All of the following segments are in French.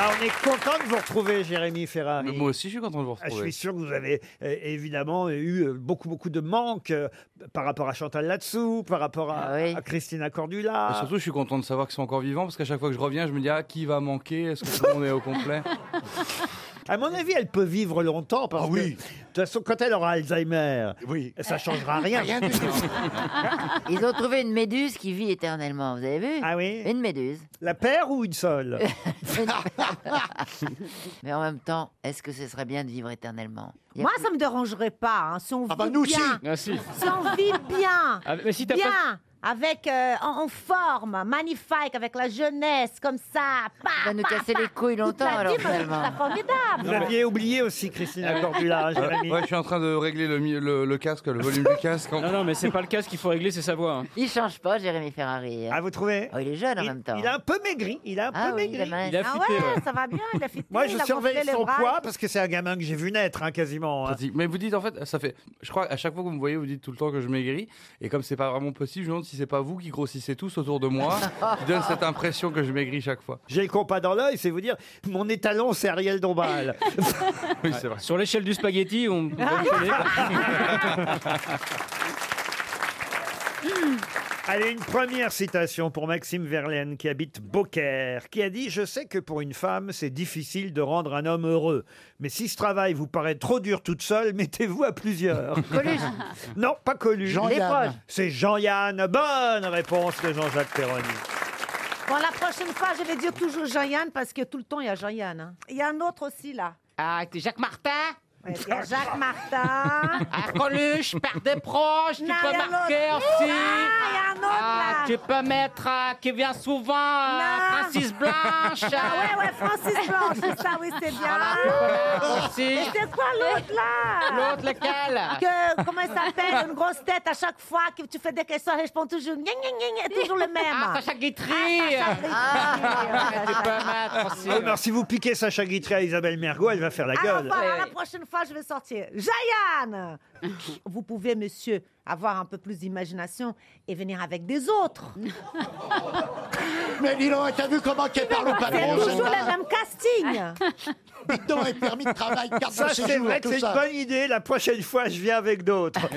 Ah, on est content de vous retrouver, Jérémy Ferrari. Mais moi aussi, je suis content de vous Ah, Je retrouver. suis sûr que vous avez euh, évidemment eu euh, beaucoup, beaucoup de manques euh, par rapport à Chantal Latsou, par rapport à, Ah oui. à Christina Cordula. Et surtout, je suis content de savoir qu'ils sont encore vivants parce qu'à chaque fois que je reviens, je me dis ah qui va manquer Est-ce que tout le monde est au complet À mon avis, elle peut vivre longtemps parce Ah que, de oui. toute façon, quand elle aura Alzheimer, Oui. ça changera rien. Ils ont trouvé une méduse qui vit éternellement, vous avez vu Ah oui Une méduse. La paire ou une seule Mais en même temps, est-ce que ce serait bien de vivre éternellement Il y a Moi, plus- ça me dérangerait pas. hein, Si on vit bah, nous aussi. bien, Ah si. si on vit bien, Ah, mais si t'as bien, pas... avec euh, en, en forme, magnifique, avec la jeunesse, comme ça. pa, Ça va nous pa, casser pa. les couilles Toute la longtemps, alors, vie, moi, je trouve finalement. ça formidable. Vous aviez oublié aussi Christina Cordula, hein, Euh, Jérémy. Ouais, je suis en train de régler le, mi- le, le casque, le volume du casque. Non, non, mais c'est pas le casque qu'il faut régler, c'est sa voix. hein. Il change pas, Jérémy Ferrari. Ah, vous trouvez Oh, il est jeune en il, même temps. il a un peu maigri. Il a un Ah peu oui, il a maigri. mal. Il a Ah fité, ouais. ouais, ça va bien, il a fité, Moi, il je a surveille gonflé les son bras. poids parce que c'est un gamin que j'ai vu naître hein, quasiment. hein. Pratique. Mais vous dites en fait, ça fait. Je crois à chaque fois que vous me voyez, vous dites tout le temps que je maigris. Et comme c'est pas vraiment possible, je me demande si c'est pas vous qui grossissez tous autour de moi, qui donne cette impression que je maigris chaque fois. J'ai le compas dans l'œil, c'est vous dire, mon étalon, c'est Ariel Dombal. Oui, c'est vrai. Sur l'échelle du spaghetti, on. on va lui coller. Allez, une première citation pour Maxime Verlaine, qui habite Beaucaire, qui a dit Je sais que pour une femme, c'est difficile de rendre un homme heureux. Mais si ce travail vous paraît trop dur toute seule, mettez-vous à plusieurs. Coluche. non, pas Coluche. Les Jean-Yann. proches. C'est Jean-Yann. Bonne réponse de Jean-Jacques Perroni. Bon, la prochaine fois, je vais dire toujours Jean-Yann parce que tout le temps, il y a Jean-Yann. hein. Il y a un autre aussi, là. Ah, Jacques Martin Ouais, Il y a Jacques Martin. Ah, Coluche, père des proches, tu Non, y peux a marquer l'autre. aussi. Ah, y a un autre, là. Ah, tu peux mettre ah, qui vient souvent, ah, Non. Francis Blanche. euh. Ah ouais, ouais, Francis Blanche, c'est ça, oui, c'est bien. Ah, aussi. Et c'est quoi l'autre, là L'autre, lequel que, comment il s'appelle, une grosse tête à chaque fois que tu fais des questions, elle répond toujours, gna, gna, gna, gna, toujours le même. Ah, Sacha Guitry. Sacha Guitry. Ah, Ah, tu peux mettre aussi. Oh, alors, si vous piquez Sacha Guitry à Isabelle Mergot, elle va faire la Alors, gueule. voilà, la prochaine fois, je vais sortir. Jean-Yann Vous pouvez, monsieur, avoir un peu plus d'imagination et venir avec des autres. Mais dis donc, t'as vu comment qu'elle parle au C'est patron toujours le même casting. Dis donc, et permis de travail, carte Ça, de c'est séjour, vrai que tout c'est une ça. bonne idée. La prochaine fois, je viens avec d'autres.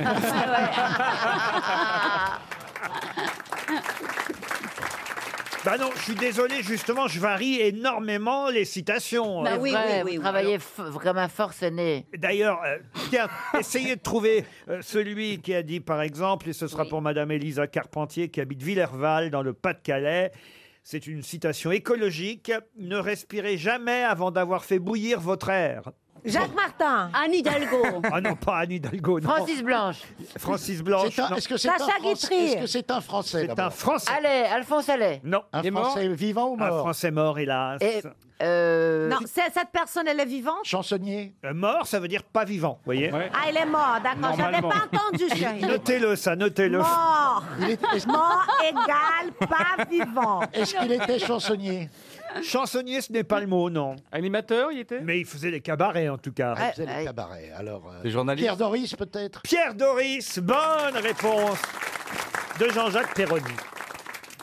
bah non, je suis désolé, justement, je varie énormément les citations. C'est Bah oui, vrai, oui, vous oui, oui. travaillez f- comme un forcené. D'ailleurs, euh, tiens, essayez de trouver euh, celui qui a dit, par exemple, et ce sera pour Madame Elisa Carpentier, qui habite Villerval, dans le Pas-de-Calais. C'est une citation écologique. Ne respirez jamais avant d'avoir fait bouillir votre air. Jacques Martin Anne Hidalgo. Ah non, pas Anne Hidalgo, non. Francis Blanche. Francis C'est Blanche. un- non. Est-ce que c'est un, Sacha Français- Guitry. est-ce que c'est un Français C'est un d'abord Français. Allais, Alphonse Allais. Non, Un Il est mort Français vivant ou un mort Français mort, hélas. Et. Euh, Non, c'est- cette personne, elle est vivante Chansonnier Euh, mort, ça veut dire pas vivant, vous voyez Ouais. Ah, elle est morte, d'accord. J'avais Normalement. pas entendu, chérie. Notez-le, ça, notez-le. Mort. Il est- Est-ce Mort égale pas vivant. est-ce qu'il était chansonnier Chansonnier, ce n'est pas le mot, non. Animateur, il était Mais il faisait des cabarets, en tout cas. Ah, il faisait ouais. les cabarets, alors... euh, Les journalistes. Pierre Doris, peut-être Pierre Doris, bonne réponse de Jean-Jacques Perroni.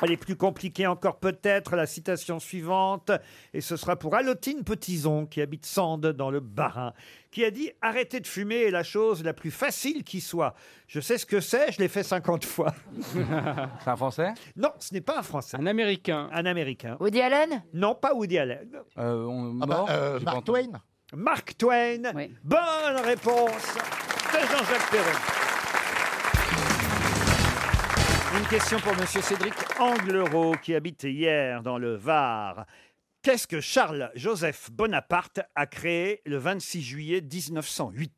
Elle est plus compliquée encore peut-être, la citation suivante, et ce sera pour Alotine Petison, qui habite Sande dans le Barin, qui a dit « Arrêter de fumer est la chose la plus facile qui soit. Je sais ce que c'est, je l'ai fait 50 fois. C'est un Français ». Non, ce n'est pas un Français, Un américain. un Américain. Woody Allen Non, pas Woody Allen. Euh, on, Ah bah, mort euh, J'ai pas Mark entendu. Twain Mark Twain. Oui. Bonne réponse de Jean-Jacques Perron. Une question pour Monsieur Cédric Anglerot qui habite hier dans le Var. Qu'est-ce que Charles-Joseph Bonaparte a créé le 26 juillet 1908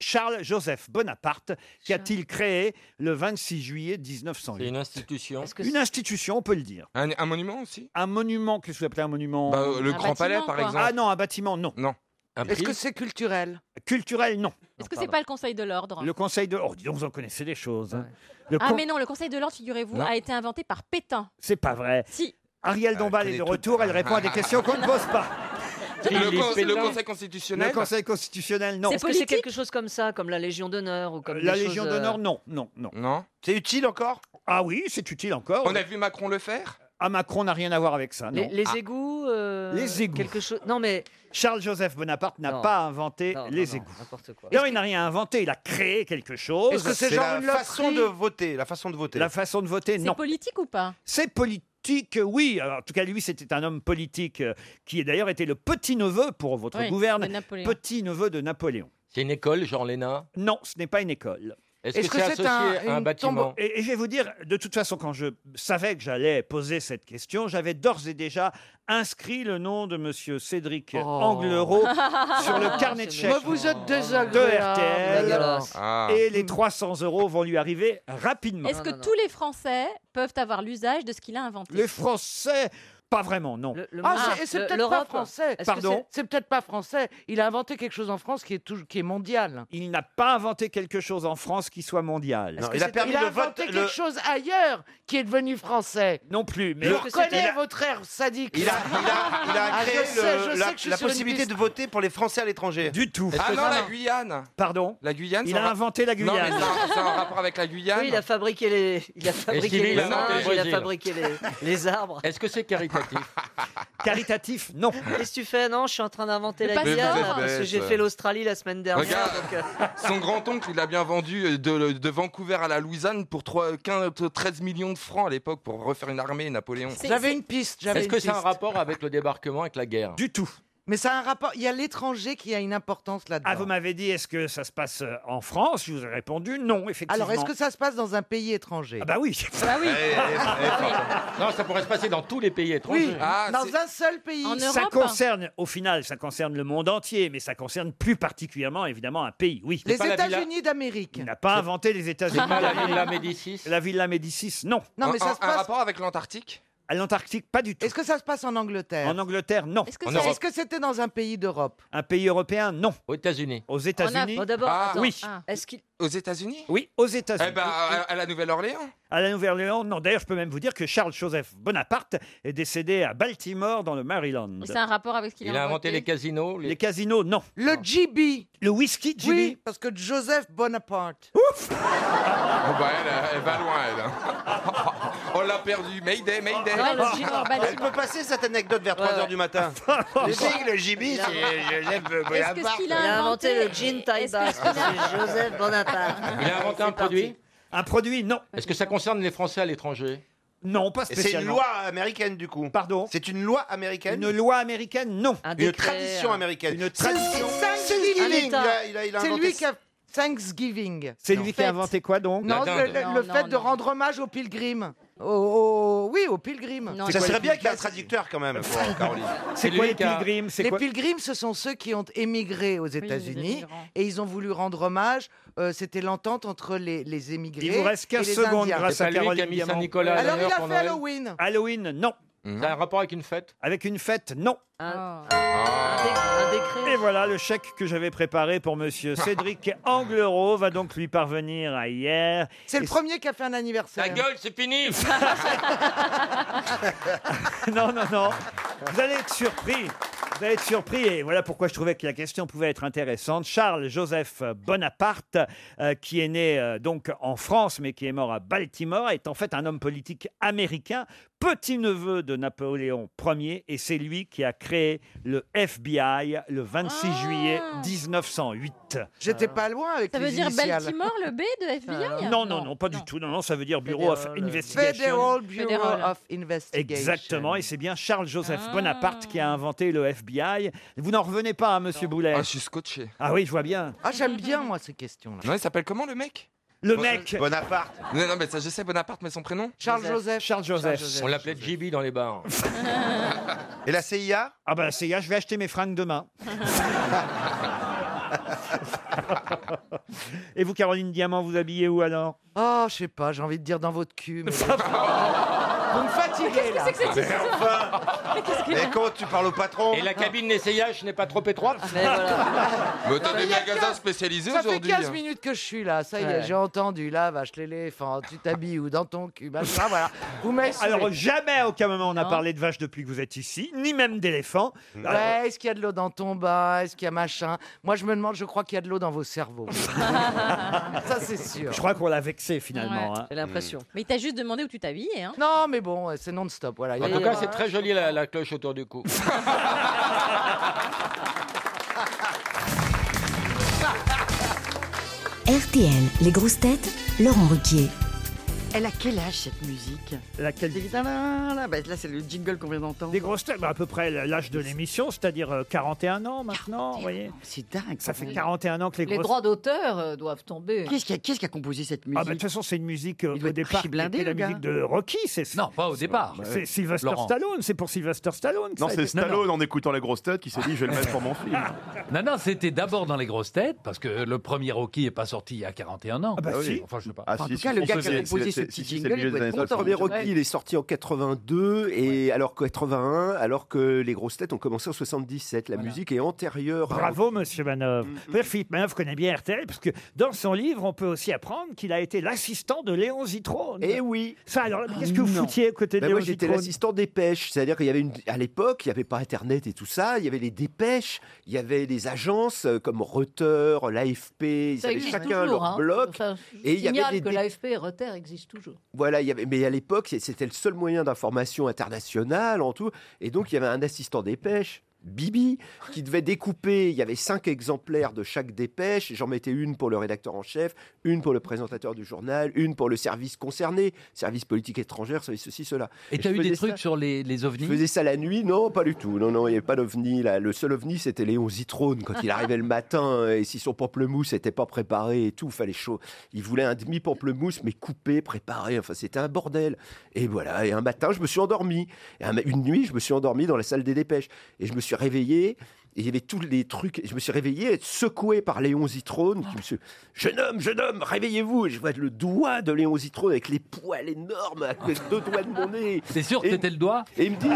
Charles-Joseph Bonaparte, qu'a-t-il créé le 26 juillet 1908 une institution. Est-ce que Une institution, on peut le dire. Un, un monument aussi Un monument, qu'est-ce que vous appelez un monument Bah, euh, Le Un Grand Palais, bâtiment, par quoi. exemple. Ah non, un bâtiment, non. Un Est-ce prix. que c'est culturel Culturel, non. Est-ce que c'est pas le Conseil de l'ordre Le conseil de... Oh, dis donc, vous en connaissez des choses. hein. Le Ah con- mais non, le Conseil de l'ordre, figurez-vous, Non. a été inventé par Pétain. C'est pas vrai. Si. Ariel Dombal connaît est de Ah, tout. retour, elle répond à des questions qu'on ne pose pas. Le, con- le pédant. Conseil Le constitutionnel. Conseil constitutionnel, non. C'est Est-ce que c'est politique quelque chose comme ça, comme la Légion d'honneur ou comme La des Légion choses, euh, d'honneur, non, non, non. Non. C'est utile encore Ah oui, c'est utile encore. On a vu Macron le faire. Ah, Macron n'a rien à voir avec ça, non. Les, les égouts, euh, euh, Les égouts. Quelque chose. Non, mais. Charles-Joseph Bonaparte n'a Non. pas inventé Non, non, les non, égouts. N'importe quoi. Non, il n'a rien inventé, il a créé quelque chose. Est-ce que c'est genre une façon de voter, la façon de voter La façon de voter, C'est non. politique ou pas C'est politique, euh, oui. Alors, en tout cas, lui, c'était un homme politique euh, qui, d'ailleurs, était le petit-neveu pour votre Oui, gouverne. de Napoléon. Petit-neveu de Napoléon. C'est une école, genre Léna Non, ce n'est pas une école. Est-ce Est-ce que que c'est c'est associé un- à un une bâtiment tombe- et, et je vais vous dire, de toute façon, quand je savais que j'allais poser cette question, j'avais d'ores et déjà inscrit le nom de Monsieur Cédric Anglerot sur le carnet de chèques Mais vous êtes de désagréable. RTL. dégueulasse. Ah. Et les 300 euros vont lui arriver rapidement. Est-ce que tous les Français peuvent avoir l'usage de ce qu'il a inventé Les Français, pas vraiment, non. Ah, c'est- et c'est peut-être pas l'Europe. français. Est-ce que Pardon C'est peut-être pas français. Il a inventé quelque chose en France qui est, tout, qui est mondial. Il n'a pas inventé quelque chose en France qui soit mondial. Est-ce Non, que il a c'est- permis Il a le vote- inventé quelque le- chose ailleurs qui est devenu français. Non plus, mais je Est-ce que c'était- reconnais il a- votre air sadique. Il a, il a- il a Ah, créé je sais, le- je sais la, que je suis la sur une possibilité piste. de voter pour les Français à l'étranger. Du tout. Ah non, la Guyane. Guyane. Pardon La Guyane. Il c'est en a ra- inventé la Non, mais Guyane. c'est en- c'est en rapport avec la Guyane. Oui, il a fabriqué les, il a fabriqué qu'il les est là, singes, au il a Brésil fabriqué les, les arbres. Est-ce que c'est caritatif Caritatif, non. Qu'est-ce que tu fais Non, je suis en train d'inventer Le la passeport. Guyane Mais vous êtes parce que bête. j'ai fait l'Australie la semaine dernière. Regarde. donc, euh, Son grand-oncle, il a bien vendu euh, de, de Vancouver à la Louisiane pour 3, 15, 13 millions de francs à l'époque pour refaire une armée, Napoléon. J'avais une piste. j'avais Est-ce une que c'est un piste. rapport avec le débarquement, avec la guerre Du tout. Mais ça a un rapport. Il y a l'étranger qui a une importance là-dedans. Ah, vous m'avez dit, est-ce que ça se passe euh, en France Je vous ai répondu non, effectivement. Alors, est-ce que ça se passe dans un pays étranger Ah bah oui Eh, eh, eh, Non, ça pourrait se passer dans tous les pays étrangers. Oui, Ah, dans un seul pays. En Europe hein. Ça concerne, au final, ça concerne le monde entier, mais ça concerne plus particulièrement, évidemment, un pays, oui. Les pas la villa- États-Unis d'Amérique. Il n'a pas inventé les États-Unis. C'est pas la Villa Médicis La Villa Médicis, non. Non, mais un, ça se un passe. rapport avec l'Antarctique À l'Antarctique, pas du tout. Est-ce que ça se passe en Angleterre En Angleterre, non. Est-ce que En c'est- Europe. Est-ce que c'était dans un pays d'Europe Un pays européen, non. Aux États-Unis. Aux États-Unis Bon, d'abord, Ah, attends. oui. Ah. Est-ce qu'il Aux États-Unis Oui, aux Eh États-Unis. ben, à, à la Nouvelle-Orléans. À la Nouvelle-Orléans, non. D'ailleurs, je peux même vous dire que Charles-Joseph Bonaparte est décédé à Baltimore, dans le Maryland. C'est un rapport avec ce qu'il Il a inventé les casinos. les- Les casinos, non. Le GB. Le whisky, Jimmy Oui, parce que Joseph Bonaparte. Oh, bah, elle, euh, elle va loin, elle. hein. On l'a perdu. Mayday, Mayday. Ouais, le Jim Elle Orban. peut passer cette anecdote vers 3h du matin. Je sais que le gibi, c'est euh, Joseph Est-ce que ce Bonaparte. qu'il il a inventé le jean gin tie bas Joseph Bonaparte. Il a inventé un C'est parti. produit. Un produit, non. Est-ce que ça concerne les Français à l'étranger Non, pas Et C'est une spécialement. loi américaine, du coup. Pardon C'est une loi américaine Une loi américaine, non. Un Une décret, tradition euh, un- américaine. Une C'est- tradition. c'est- C'est Lee Un Living, État. là, il a- il a Ah, C'est inventé lui ça. qui a Thanksgiving. C'est lui qui Fête. a inventé quoi donc Non, La le, dinde. le- Non, le non, fait de non. rendre hommage aux pilgrims. Au- au- oui, aux pilgrims. Non, Ça non. serait bien qu'il y ait un traducteur quand même pour euh, Caroline. C'est C'est quoi lui les qui a- pilgrims C'est Les quoi pilgrims, ce sont ceux qui ont émigré aux les États-Unis émigrants. et ils ont voulu rendre hommage. euh, C'était l'entente entre les, les émigrés. Il vous reste et 15 les secondes, Indiens. grâce- C'est pas lui qui a mis Diamant. Saint-Nicolas à Alors, il l'honneur a pour fait Noël Halloween. Hein Halloween, non. Ça a un rapport avec une fête Avec une fête, non. Un, Ah. un déc- un décret. Et voilà, le chèque que j'avais préparé pour monsieur Cédric Anglerot va donc lui parvenir à hier. C'est le premier qui a fait un anniversaire. c'est fini Non, non, non. Vous allez être surpris. Vous allez être surpris et voilà pourquoi je trouvais que la question pouvait être intéressante. Charles-Joseph Bonaparte, euh, qui est né euh, donc en France mais qui est mort à Baltimore, est en fait un homme politique américain, petit-neveu de Napoléon Ier et c'est lui qui a créé le FBI le 26 juillet 1908. J'étais pas loin avec Ah. Ça veut les dire initiales. Baltimore, le B de FBI Ah, Non, non, non, pas du tout. Non, non, ça veut dire Bureau of Fédéral, euh, Investigation. Federal Bureau Fédéral. of Investigation. Exactement, et c'est bien Charles-Joseph Ah. Bonaparte qui a inventé le FBI. Vous n'en revenez pas, hein, monsieur Boulet Ah, je suis scotché. Ah oui, je vois bien. Ah, j'aime bien, moi, ces questions-là. Non, il s'appelle comment le mec Le mec, Bonaparte. non, non, mais ça, je sais Bonaparte, mais son prénom Charles-Joseph. Charles-Joseph. On l'appelait JB dans les bars. Et la CIA Ah bah c'est gars, je vais acheter mes fringues demain. Et vous, Caroline Diamant, vous habillez où alors Oh, je sais pas, j'ai envie de dire dans votre cul. mais- vous me fatiguez, là. Et quand tu parles au patron Et la cabine d'essayage n'est pas trop étroite Mais voilà. Mais t'as mais des il y a magasins quinze- spécialisés Ça fait aujourd'hui. 15 hein. minutes que je suis là, ça y est, Ouais. j'ai entendu, la vache, l'éléphant, tu t'habilles ou dans ton cul, machin, voilà. Vous m'avez saoulé. Alors jamais, à aucun moment, on n'a Non. parlé de vache depuis que vous êtes ici, ni même d'éléphant. Alors, Ouais, est-ce qu'il y a de l'eau dans ton bain Est-ce qu'il y a machin Moi, je me demande, je crois qu'il y a de l'eau dans vos cerveaux. ça, c'est sûr. je crois qu'on l'a vexé finalement. Ouais. hein. J'ai l'impression. Mais il t'a juste demandé où tu t'habillais. Hein. Non, mais bon, euh, c'est non-stop. Voilà. En tout cas, c'est très joli la, la cloche autour du cou. RTL, les grosses têtes, Laurent Ruquier. Elle a quel âge cette musique Laquelle Là, Bah, là c'est le jingle qu'on vient d'entendre. Des grosses têtes, bah, à peu près l'âge de l'émission, c'est-à-dire euh, 41 ans maintenant, vous voyez. C'est dingue. Ça fait 41 ans que les, Les grosses droits d'auteur euh, doivent tomber. Qu'est-ce qui a, qu'est-ce qui a composé cette musique Ah, bah, de toute façon, c'est une musique euh, au départ. qui blindé, était la le gars. musique de Rocky, c'est Non, pas au départ. C'est Euh, Sylvester Laurent. Stallone, c'est pour Sylvester Stallone. que Non, ça a c'est été- Stallone en écoutant les grosses têtes qui s'est dit je vais le mettre pour mon film. Non, non, c'était d'abord dans les grosses têtes, parce que le premier Rocky n'est pas sorti il y a 41 ans. Ah bah si. Enfin, je sais pas. Ah, si, si, on se sait, c'est- c'est- si, c'est le milieu des années Le 60. premier Rocky, il est sorti en 82, et alors que 81, alors que les grosses têtes ont commencé en 77. La musique est antérieure. à- Mm, Bravo, monsieur Manov. D'ailleurs, Philippe Manov connaît bien RTL, parce que dans son livre, on peut aussi apprendre qu'il a été l'assistant de Léon Zitrone. Eh oui. Ça, alors, qu'est-ce que vous Ah Non. foutiez à côté de Bah, Ben Léon Moi, j'étais Zitrone l'assistant des pêches. C'est-à-dire qu'il y avait une... à l'époque, il n'y avait pas Internet et tout ça. Il y avait les dépêches, il y avait les agences euh, comme Reuters, l'AFP. Ils Ça avaient existe chacun toujours. leur hein. blog. Enfin, Et je il y avait signale des que dé- l'AFP et Reuters existent toujours. Voilà, il y avait, mais à l'époque, c'est- c'était le seul moyen d'information internationale en tout. Et donc, il y avait un assistant dépêche. Bibi, qui devait découper, il y avait cinq exemplaires de chaque dépêche, j'en mettais une pour le rédacteur en chef, une pour le présentateur du journal, une pour le service concerné, service politique étrangère, service ceci, cela. Et t'as je eu des faisais trucs ça- sur les, les ovnis je faisais ça la nuit Non, pas du tout. Non, non, il n'y avait pas d'ovni. Là. Le seul ovni, c'était Léon Zitrone quand il arrivait le matin. euh, Et si son pamplemousse n'était pas préparé et tout, fallait chaud. Il voulait un demi-pamplemousse, mais coupé, préparé. Enfin, c'était un bordel. Et voilà. Et un matin, je me suis endormi. Et un ma- une nuit, je me suis endormi dans la salle des dépêches. Et je me suis réveillé. Et il y avait tous les trucs. Je me suis réveillé, secoué par Léon Zitrone. Qui me suis... Jeune homme, jeune homme, réveillez-vous. Et je vois le doigt de Léon Zitrone avec les poils énormes, avec deux doigts de mon nez. C'est sûr que c'était le doigt Et il me dit.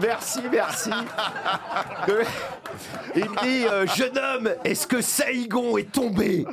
Merci, merci. Euh, Il me dit, euh, jeune homme, est-ce que Saïgon est tombé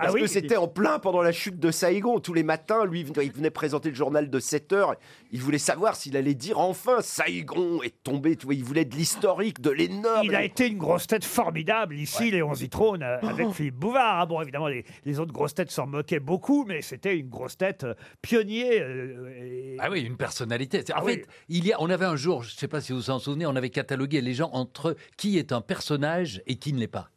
parce que c'était en plein pendant la chute de Saïgon. Tous les matins, lui, il venait présenter le journal de 7 heures. Il voulait savoir s'il allait dire enfin Saïgon est tombé. Tu vois, il voulait de l'historique, de l'énorme. Il a été une grosse tête formidable ici, Léon Zitrone, euh, avec Philippe Bouvard. Ah bon, évidemment, les, les autres grosses têtes s'en moquaient beaucoup, mais c'était une grosse tête euh, pionnier. euh, et- Ah oui, une personnalité. C'est- En Ah oui. fait, il y a, on avait un jour, je ne sais pas si vous vous en souvenez, on avait catalogué les gens entre qui est un personnage et qui ne l'est pas.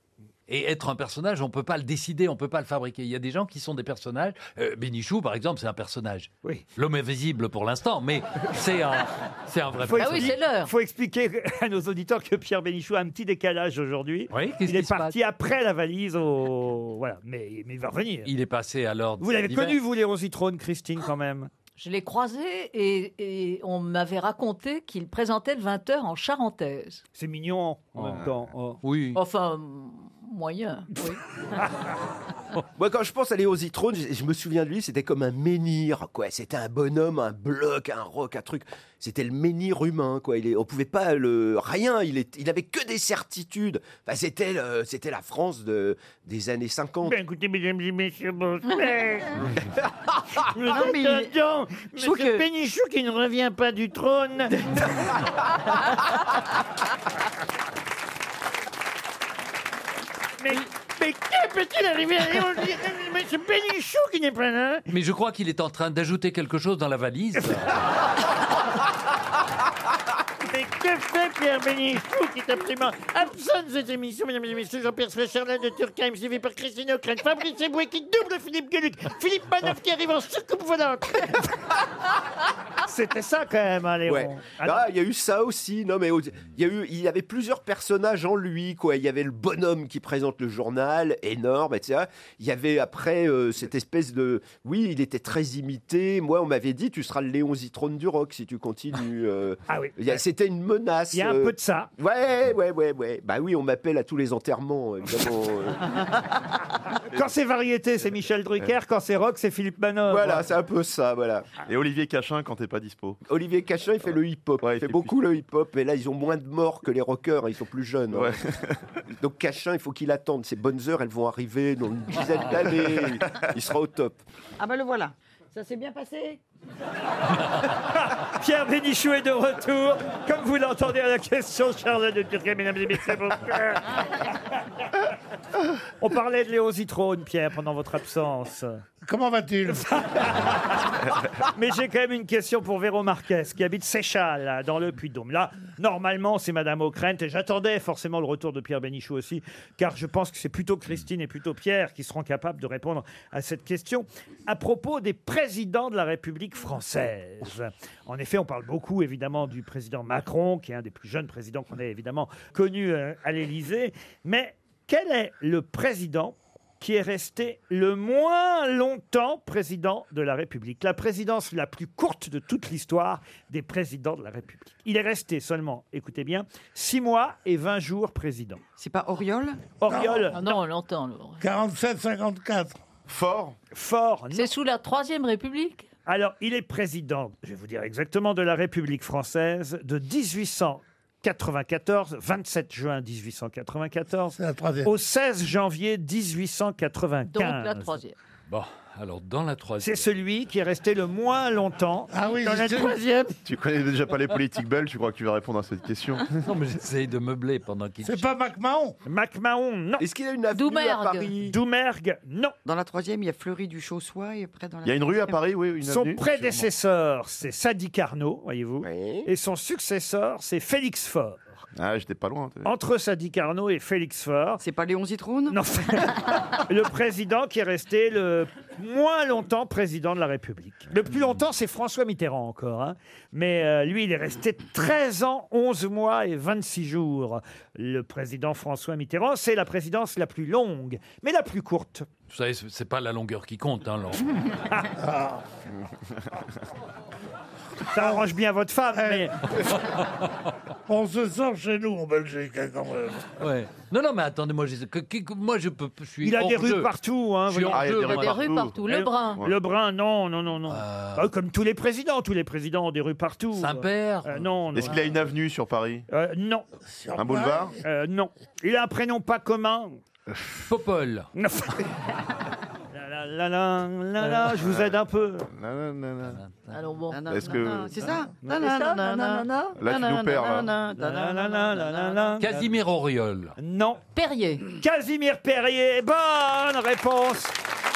Et être un personnage, on ne peut pas le décider, on ne peut pas le fabriquer. Il y a des gens qui sont des personnages. Euh, Bénichou, par exemple, c'est un personnage. Oui. L'homme invisible pour l'instant, mais c'est un, Ah bah c'est un vrai Faut personnage. expliquer- faut expliquer à nos auditeurs que Pierre Bénichou a un petit décalage aujourd'hui. il est parti après la valise au. Voilà, mais, mais il va revenir. Il est passé à l'ordre. Vous l'avez d'hiver. connu, vous, Léon Zitrone, Christine, quand même Je l'ai croisé et, et on m'avait raconté qu'il présentait le 20h en charentaise. C'est mignon en même temps. Oui. Enfin, m- moyen. Oui. Moi, quand je pense à Léo Zitrone, je, je me souviens de lui, c'était comme un menhir, quoi. C'était un bonhomme, un bloc, un roc, un truc. C'était le menhir humain, quoi. Il est, on pouvait pas le rien. Il est, il avait que des certitudes. Enfin, c'était le- c'était la France de des années 50. Ben, écoutez, mesdames et messieurs, bonsoir. Non, mais il- je trouve que Bénichou qui ne revient pas du trône. mais, mais qu'est-il arrivé à Léon Zitrone Monsieur Bénichou qui n'est pas là. Mais je crois qu'il est en train d'ajouter quelque chose dans la valise. Mais que fait Pierre Bénichou qui est absolument absent de cette émission, mesdames et messieurs Jean-Pierre Sfrecher, de Turckheim, suivi par Christine O'Crane, Fabrice Eboué qui double Philippe Gueluc, Philippe Manoff qui arrive en soucoupe volante. C'était ça quand même, hein, Léon. Ouais. Ah, il y a eu ça aussi. Non, mais au- il y a eu, il y avait plusieurs personnages en lui, quoi. Il y avait le bonhomme qui présente le journal, énorme, etc. Il y avait après euh, cette espèce de, oui, il était très imité. Moi, on m'avait dit, tu seras le Léon Zitrone du rock si tu continues. euh. Ah oui. Il y a- C'était une menace. euh. Il y a un peu de ça. Ouais, ouais, ouais, ouais. Bah oui, on m'appelle à tous les enterrements, évidemment. euh. Quand c'est variété, c'est Michel Drucker. Quand c'est rock, c'est Philippe Manoff. Voilà, c'est un peu ça, voilà. Et Olivier Cachin quand t'es pas dispo. Olivier Cachin, il fait le hip-hop. il fait, beaucoup le hip-hop. Et là, ils ont moins de morts que les rockers. Ils sont plus jeunes. hein. Donc Cachin, il faut qu'il attende. Ses bonnes heures, elles vont arriver dans une dizaine d'années. Il sera au top. Ah bah le voilà. Ça s'est bien passé Pierre Bénichou est de retour. Comme vous l'entendez à la question, Charlotte de Turquie, mesdames et messieurs, bonsoir. On parlait de Léo Zitrone, Pierre, pendant votre absence. Comment va-t-il Mais j'ai quand même une question pour Véro Marquez, qui habite Séchal, dans le Puy-de-Dôme. Là, normalement, c'est Madame Ockrent, et j'attendais forcément le retour de Pierre Bénichou aussi, car je pense que c'est plutôt Christine et plutôt Pierre qui seront capables de répondre à cette question à propos des présidents de la République française. En effet, on parle beaucoup, évidemment, du président Macron, qui est un des plus jeunes présidents qu'on ait évidemment connu euh, à l'Élysée. Mais quel est le président qui est resté le moins longtemps président de la République. La présidence la plus courte de toute l'histoire des présidents de la République. Il est resté seulement, écoutez bien, 6 mois et 20 jours président. C'est pas Oriol Oriol, Ah non, longtemps. alors. 47-54. Fort Fort. C'est sous la Troisième République Alors, il est président, je vais vous dire exactement, de la République française de 1894, 27 juin 1894, au 16 janvier 1895. Donc la troisième. Bon, alors dans la C'est troisième. celui qui est resté le moins longtemps dans la c'est- troisième. Tu connais déjà pas les politiques belges, tu crois que tu vas répondre à cette question Non, mais j'essaye de meubler pendant qu'il. pas MacMahon MacMahon, non. Est-ce qu'il y a une avenue Doumergue. à Paris Doumergue, non. Dans la troisième, il y a Fleury du Chaussois et après dans la troisième- Son prédécesseur, c'est Sadi Carnot, voyez-vous. Et son successeur, c'est Félix Faure. Ah, j'étais pas loin. t'as vu. Entre Sadi Carnot et Félix Faure. C'est pas Léon Zitrone Non, c'est le président qui est resté le moins longtemps président de la République. Le plus longtemps, c'est François Mitterrand encore. hein. Mais euh, lui, il est resté 13 ans, 11 mois et 26 jours. Le président François Mitterrand, c'est la présidence la plus longue, mais la plus courte. Vous savez, c'est c'est pas la longueur qui compte, hein, Laurent. Ça arrange bien votre femme, mais... Eh. On se sent chez nous en Belgique, hein, quand Euh, même. Ouais. Non, non, mais attendez, moi, je, que- que- moi, je peux. Je suis Il a des hors-jeu. rues partout. Hein, Je suis voyez. hors-jeu, moi. ben, Eh, Le Brun, non, non, non, non. Euh. Bah, comme tous les présidents, tous les présidents ont des rues partout. Saint-Père Euh, Non, non. Est-ce qu'il a une avenue sur Paris Euh, non. Un boulevard Euh, Non. Il a un prénom pas commun. Popol. la, la, la, la, la, la, je Euh. vous aide un peu. Alors bon. Est-ce que- C'est ça Non. Nanana, Là, tu nous perds, là. nanana, nanana. Casimir Auriol. Non. Perrier. Casimir Perrier. Bonne réponse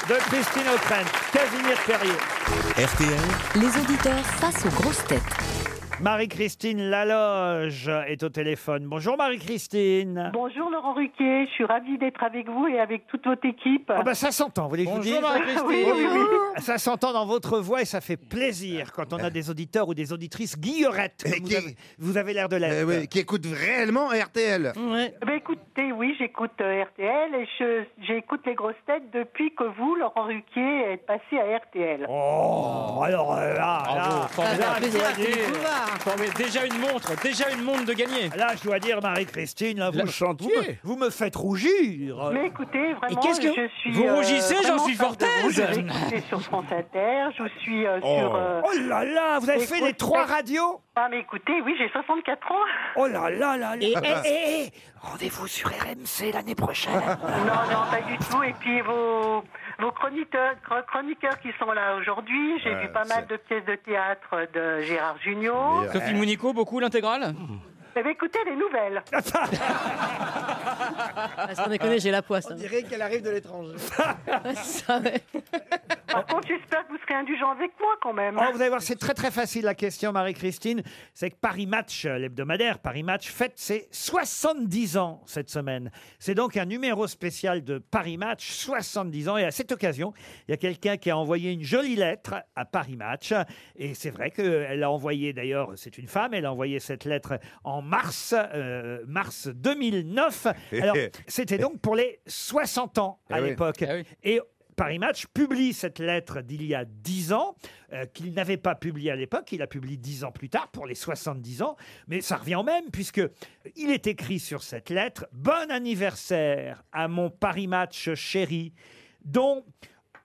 de Christine O'Krent. Casimir Perrier. RTL. Les auditeurs face aux grosses têtes. Marie-Christine Laloge est au téléphone. Bonjour Marie-Christine. Bonjour Laurent Ruquier, je suis ravie d'être avec vous et avec toute votre équipe. Ah bah ça s'entend, vous voulez que je vous Bonjour, dise Marie-Christine. Oui, oui, oui. Ça s'entend dans votre voix et ça fait plaisir quand on a des auditeurs ou des auditrices guillerettes. comme vous avez, vous avez l'air de l'être. qui écoute réellement RTL. Eh ben, écoutez, oui, j'écoute euh, RTL et je- j'écoute les grosses têtes depuis que vous, Laurent Ruquier, êtes passé à RTL. Oh, alors euh, là, là, Bravo, là, formidable. je dois dire- Bon, mais déjà une montre, déjà une montre de gagner. là, je dois dire, Marie-Christine, là, vous, Le me- chantier. vous me- vous me faites rougir. Mais écoutez, vraiment, qu'est-ce que- je suis. euh, Vous rougissez, j'en suis fortaise. Fortaise. sur France Inter, je suis euh, Oh. sur. Oh là là, vous avez fait les trois radios Ah, mais écoutez, oui, j'ai 64 ans. Oh là là là là. Et- et- et- rendez-vous sur RMC l'année prochaine. Non, non, pas du tout. Et puis vos, vos chroniqueurs, chro- chroniqueurs qui sont là aujourd'hui, j'ai Ouais, vu pas mal de pièces de théâtre de Gérard Hein Jugnot. Sophie Mounico, beaucoup l'intégrale Eh bien, écoutez les nouvelles. Parce qu'on est connu, Ah, j'ai la poisse. hein. dirait qu'elle arrive de l'étranger. Ça, ouais. Par contre, j'espère que vous serez indulgent avec moi quand même. hein. Oh, vous allez voir, c'est très très facile la question, Marie-Christine. C'est que Paris Match, euh, l'hebdomadaire Paris Match, fête ses 70 ans cette semaine. C'est donc un numéro spécial de Paris Match, 70 ans. Et à cette occasion, il y a quelqu'un qui a envoyé une jolie lettre à Paris Match. Et c'est vrai qu'elle a envoyé, d'ailleurs, c'est une femme, elle a envoyé cette lettre en mars, euh, mars 2009. Alors, c'était donc pour les 60 ans à Eh oui. l'époque. Et Paris Match publie cette lettre d'il y a 10 ans, euh, qu'il n'avait pas publiée à l'époque, il la publie 10 ans plus tard, pour les 70 ans, mais ça revient au même, puisque il est écrit sur cette lettre « Bon anniversaire à mon Paris Match chéri, dont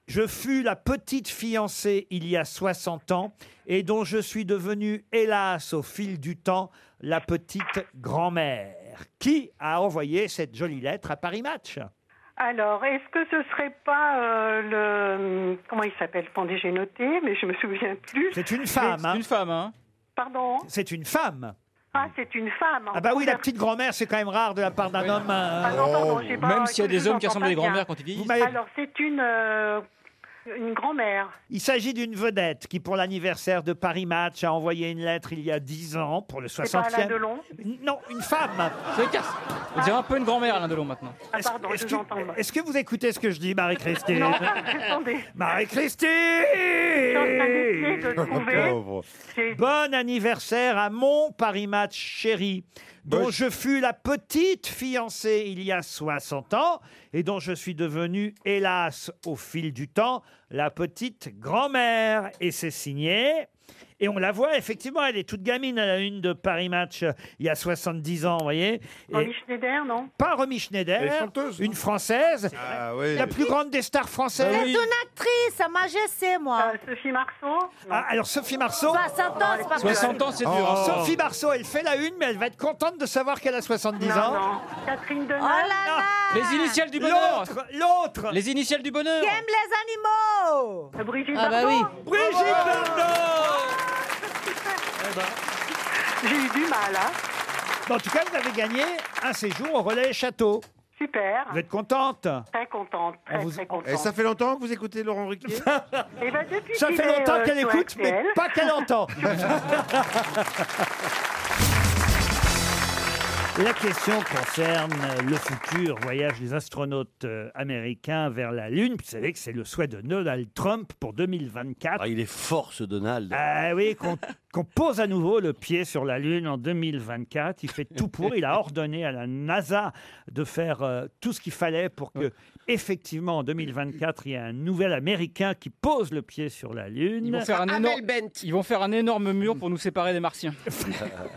je fus la petite fiancée il y a 60 ans, et dont je suis devenue, hélas, au fil du temps, la petite grand-mère. » Qui a envoyé cette jolie lettre à Paris Match Alors, est-ce que ce serait pas euh, le comment il s'appelle Attendez, j'ai noté, mais je me souviens plus. C'est une femme. Mais- une femme, hein. Pardon. C'est une femme. Ah, c'est une femme. Ah bah oui, la petite grand-mère, c'est quand même rare de la part d'un homme. euh, Ah non, pardon, j'ai pas- Oh, Même s'il y a écoutez, des je hommes vous qui entends ressemblent à pas des bien. grand-mères quand ils vieillissent. Alors, c'est une euh, Une grand-mère. Il s'agit d'une vedette qui, pour l'anniversaire de Paris Match, a envoyé une lettre il y a 10 ans pour le C'est pas 60e. Alain Delon Non, une femme. On dirait un peu une grand-mère, Alain Delon, maintenant. Ah pardon, je Est-ce vous entends. que, est-ce que vous écoutez ce que je dis, Marie-Christine Non, attendez. Marie-Christine Je suis en train d'essayer de trouver. Bon anniversaire à mon Paris Match chéri, dont je fus la petite fiancée il y a 60 ans et dont je suis devenue, hélas, au fil du temps, la petite grand-mère. Et c'est signé. Et on la voit, effectivement, elle est toute gamine à la une de Paris Match euh, il y a 70 ans, vous voyez. Et Henri Schneider, non pas Romy Schneider, Elle est chanteuse, Ah, une française, la plus grande des stars françaises. C'est une actrice, Sa Majesté, moi. Sophie Marceau Ah, alors Sophie Marceau. 60 ans, c'est pas 60 possible. ans, c'est dur. Oh. Sophie Marceau, elle fait la une, mais elle va être contente de savoir qu'elle a 70 ans. Catherine Deneuve. Oh là là Les initiales du bonheur L'autre, l'autre Les initiales du bonheur Qui aime les animaux Brigitte Ah bah Bardot. oui. Brigitte Bardot Eh ben. J'ai eu du mal, hein. En tout cas, vous avez gagné un séjour au relais château. Super. Vous êtes contente Très contente, très, On vous- très contente. Et ça fait longtemps que vous écoutez Laurent Ruquier Eh ben, depuis Ça qu'il fait est, longtemps euh, qu'elle sur écoute, mais RTL. pas qu'elle entend. La question concerne le futur voyage des astronautes euh, américains vers la Lune. Vous savez que c'est le souhait de Donald Trump pour 2024. il est fort ce Donald. Ah oui, qu'on qu'on pose à nouveau le pied sur la Lune en 2024. Il fait tout pour. Il a ordonné à la NASA de faire euh, tout ce qu'il fallait pour que, effectivement, en 2024, il y ait un nouvel Américain qui pose le pied sur la Lune. Ils vont, faire un énorme... Ils vont faire un énorme mur pour nous séparer des Martiens.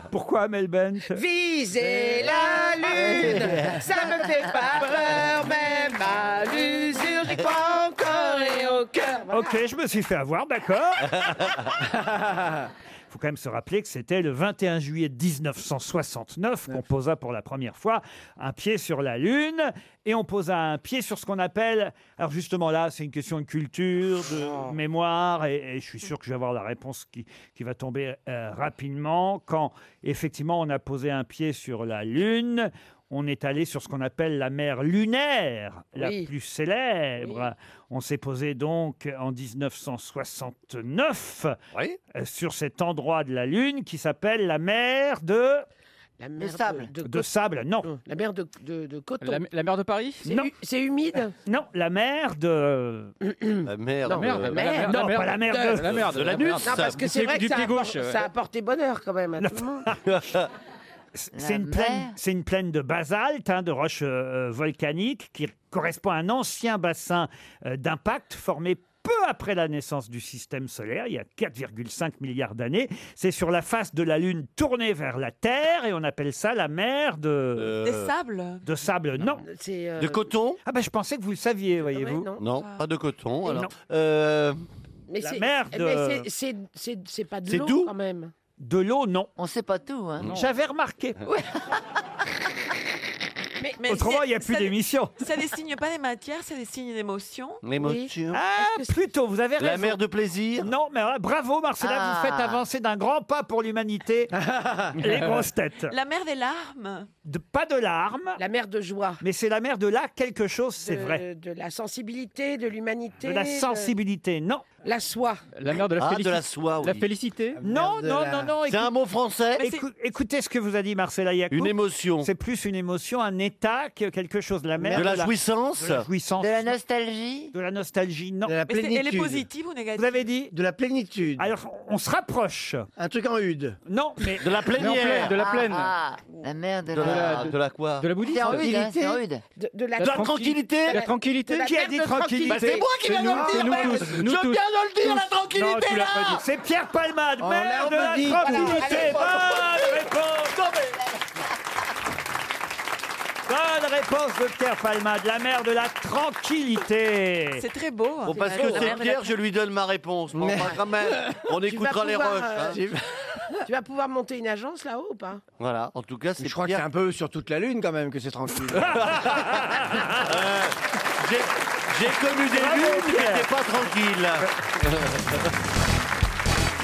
Pourquoi Amel Bent Visez la lune, ça me fait pas peur, même à l'usure, j'y crois encore et au cœur. Ok, je me suis fait avoir, d'accord. faut quand même se rappeler que c'était le 21 juillet 1969 qu'on posa pour la première fois un pied sur la Lune et on posa un pied sur ce qu'on appelle. Alors justement là, c'est une question de culture, de mémoire et, et je suis sûr que je vais avoir la réponse qui, qui va tomber euh, rapidement quand effectivement on a posé un pied sur la Lune. On est allé sur ce qu'on appelle la mer lunaire, la Oui. plus célèbre. On s'est posé donc en 1969 euh, sur cet endroit de la Lune qui s'appelle la mer de... La mer de- sable. de- De, sable, non. La mer de, de, de coton. La- mer de Paris Non. C'est humide Non, la mer de... La mer Non, la mer. Non, pas la mer de... Non, parce que c'est vrai que ça, a appor- euh. ça a apporté bonheur quand même à tout le monde. C'est une, plaine, c'est une plaine de basalte, hein, de roches euh, euh, volcaniques, qui correspond à un ancien bassin euh, d'impact formé peu après la naissance du système solaire, il y a 4,5 milliards d'années. C'est sur la face de la Lune tournée vers la Terre et on appelle ça la mer de... Euh. Des sables Euh, De sable, non. C'est, euh, coton Ah ben je pensais que vous le saviez, voyez-vous. non. Non, pas de coton. Alors. Non. Euh, mais la c'est- mer mais de- c'est- c'est- c'est- C'est pas de C'est l'eau doux quand même. De l'eau, non. On sait pas tout. Hein. Non. J'avais remarqué. Mais- mais Autrement, c'est- il n'y a plus ça- d'émission. Ça désigne pas des matières, ça désigne des émotions. Ah, plutôt, vous avez La raison. mer de plaisir Non, mais alors, bravo Marcella, Ah. vous faites avancer d'un grand pas pour l'humanité les grosses têtes. La mer des larmes. De, pas de larmes. La mer de joie. Mais c'est la mer de là quelque chose, c'est de, vrai. De la sensibilité, de l'humanité. De la sensibilité, non. La soie. La mer de la Ah, félicité. de la soie, oui. La félicité Non, de non, la- non, non. C'est un mot français. Mais Écou- écoutez ce que vous a dit Marcella Yacoub. Une émotion. C'est plus une émotion, un état que quelque chose. La mer De la jouissance De la jouissance. De la nostalgie De la nostalgie, non. De la Mais c'est- elle est positive ou négative Vous avez dit De la plénitude. Alors, on se rapproche. Un truc en hude. Non, mais. De la plénière. de la plaine. Ah, la mer de, De la... la, de la quoi De la bouddhiste C'est en rude, hein, c'est en rude. De, de la, De la tranquillité. La tranquillité De la Qui a mer dit de tranquillité Bah, c'est moi qui C'est viens de nous, le dire, c'est nous merde. tous, Je nous viens de tous. le dire, la Tous. tranquillité, Non, tu l'as là. Oh, pas dit. C'est Pierre Palmade, On maire l'a de la redit. tranquillité. Voilà, allez, Bonne réponse. Bonne réponse de Pierre Palmade, la mère de la tranquillité. C'est très beau. hein. Bon, parce que La c'est mer de la- Pierre, je lui donne ma réponse. Bon, Mais- enfin, quand même, on Tu vas écoutera les pouvoir, refs. euh, hein. Tu vas pouvoir monter une agence là-haut ou pas Voilà, en tout cas, c'est Je crois que c'est un peu sur toute la lune quand même que c'est tranquille. Euh, J'ai j'ai connu des Bravo, lunes qui Pierre. n'étaient pas tranquilles.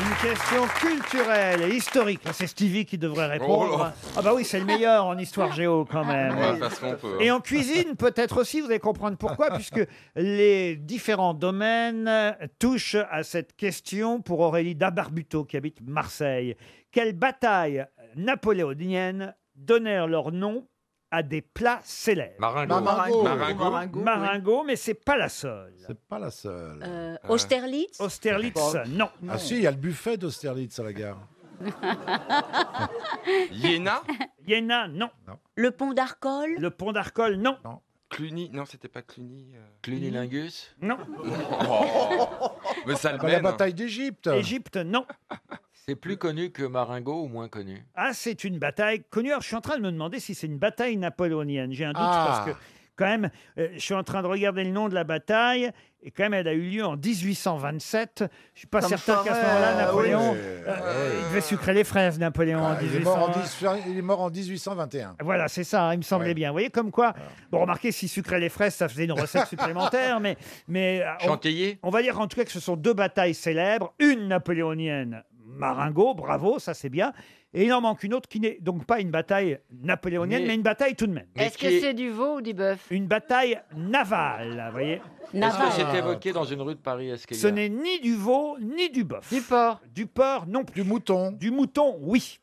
Une question culturelle et historique. Ah, C'est Stevie qui devrait répondre. Oh là. ah bah oui, c'est le meilleur en histoire géo quand même. Ouais, parce qu'on peut. Et en cuisine, peut-être aussi, vous allez comprendre pourquoi, puisque les différents domaines touchent à cette question pour Aurélie Dabarbuto, qui habite Marseille. Quelles batailles napoléoniennes donnèrent leur nom à des plats célèbres Marengo. Marengo. Marengo. Marengo, Marengo, mais c'est pas la seule. C'est pas la seule. Euh, Ah. Austerlitz Austerlitz, non. Ah si, il y a le buffet d'Austerlitz à la gare. Iéna Iéna, non. Le pont d'Arcole Le pont d'Arcole, non. Cluny, non, c'était pas Cluny. euh, Clunilingus Non. Oh. Mais ça le mène. d'Égypte. Égypte, non. C'est plus connu que Maringo ou moins connu Ah, c'est une bataille connue. Alors, je suis en train de me demander si c'est une bataille napoléonienne. J'ai un doute Ah. parce que, quand même, euh, je suis en train de regarder le nom de la bataille. Et quand même, elle a eu lieu en 1827. Je suis pas Ça me certain qu'à ce paraît, moment-là, euh, Napoléon. oui. euh, Il devait sucrer les fraises, Napoléon, en Ah, il, est mort en 1820. 18 il est mort en 1821. Voilà, c'est ça, hein, il me semblait bien. Vous voyez, comme quoi, bon, remarquez, si sucrait les fraises, ça faisait une recette supplémentaire, mais. mais euh, on- Chantilly on, va dire en tout cas que ce sont deux batailles célèbres, une napoléonienne, Marengo, bravo, ça c'est bien, et il en manque une autre qui n'est donc pas une bataille napoléonienne, mais, Mais- une bataille tout de même. Mais Est-ce qui que est- c'est du veau ou du bœuf Une bataille navale, vous voyez Est-ce que c'est évoqué dans une rue de Paris Est-ce qu'il y ce a- n'est ni du veau, ni du bœuf. Du porc. Du porc, non plus. Du mouton. Du mouton, oui.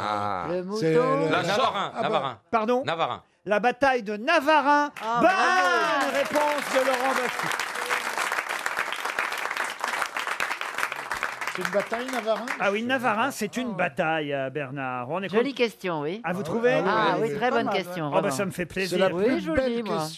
Ah. Le mouton. C'est le- La Navarin, Navarin, Ah bah, Navarin. Pardon Navarin. La bataille de Navarin. Ah, Bonne bravo. réponse de Laurent Baffi. C'est une bataille hein Navarin Ah oui, Navarin, c'est une bataille, euh, Bernard. On est Jolie con- question, oui. Ah, vous trouvez Ah oui, très hein. bonne question. Ah, bah, vraiment. ça me fait plaisir.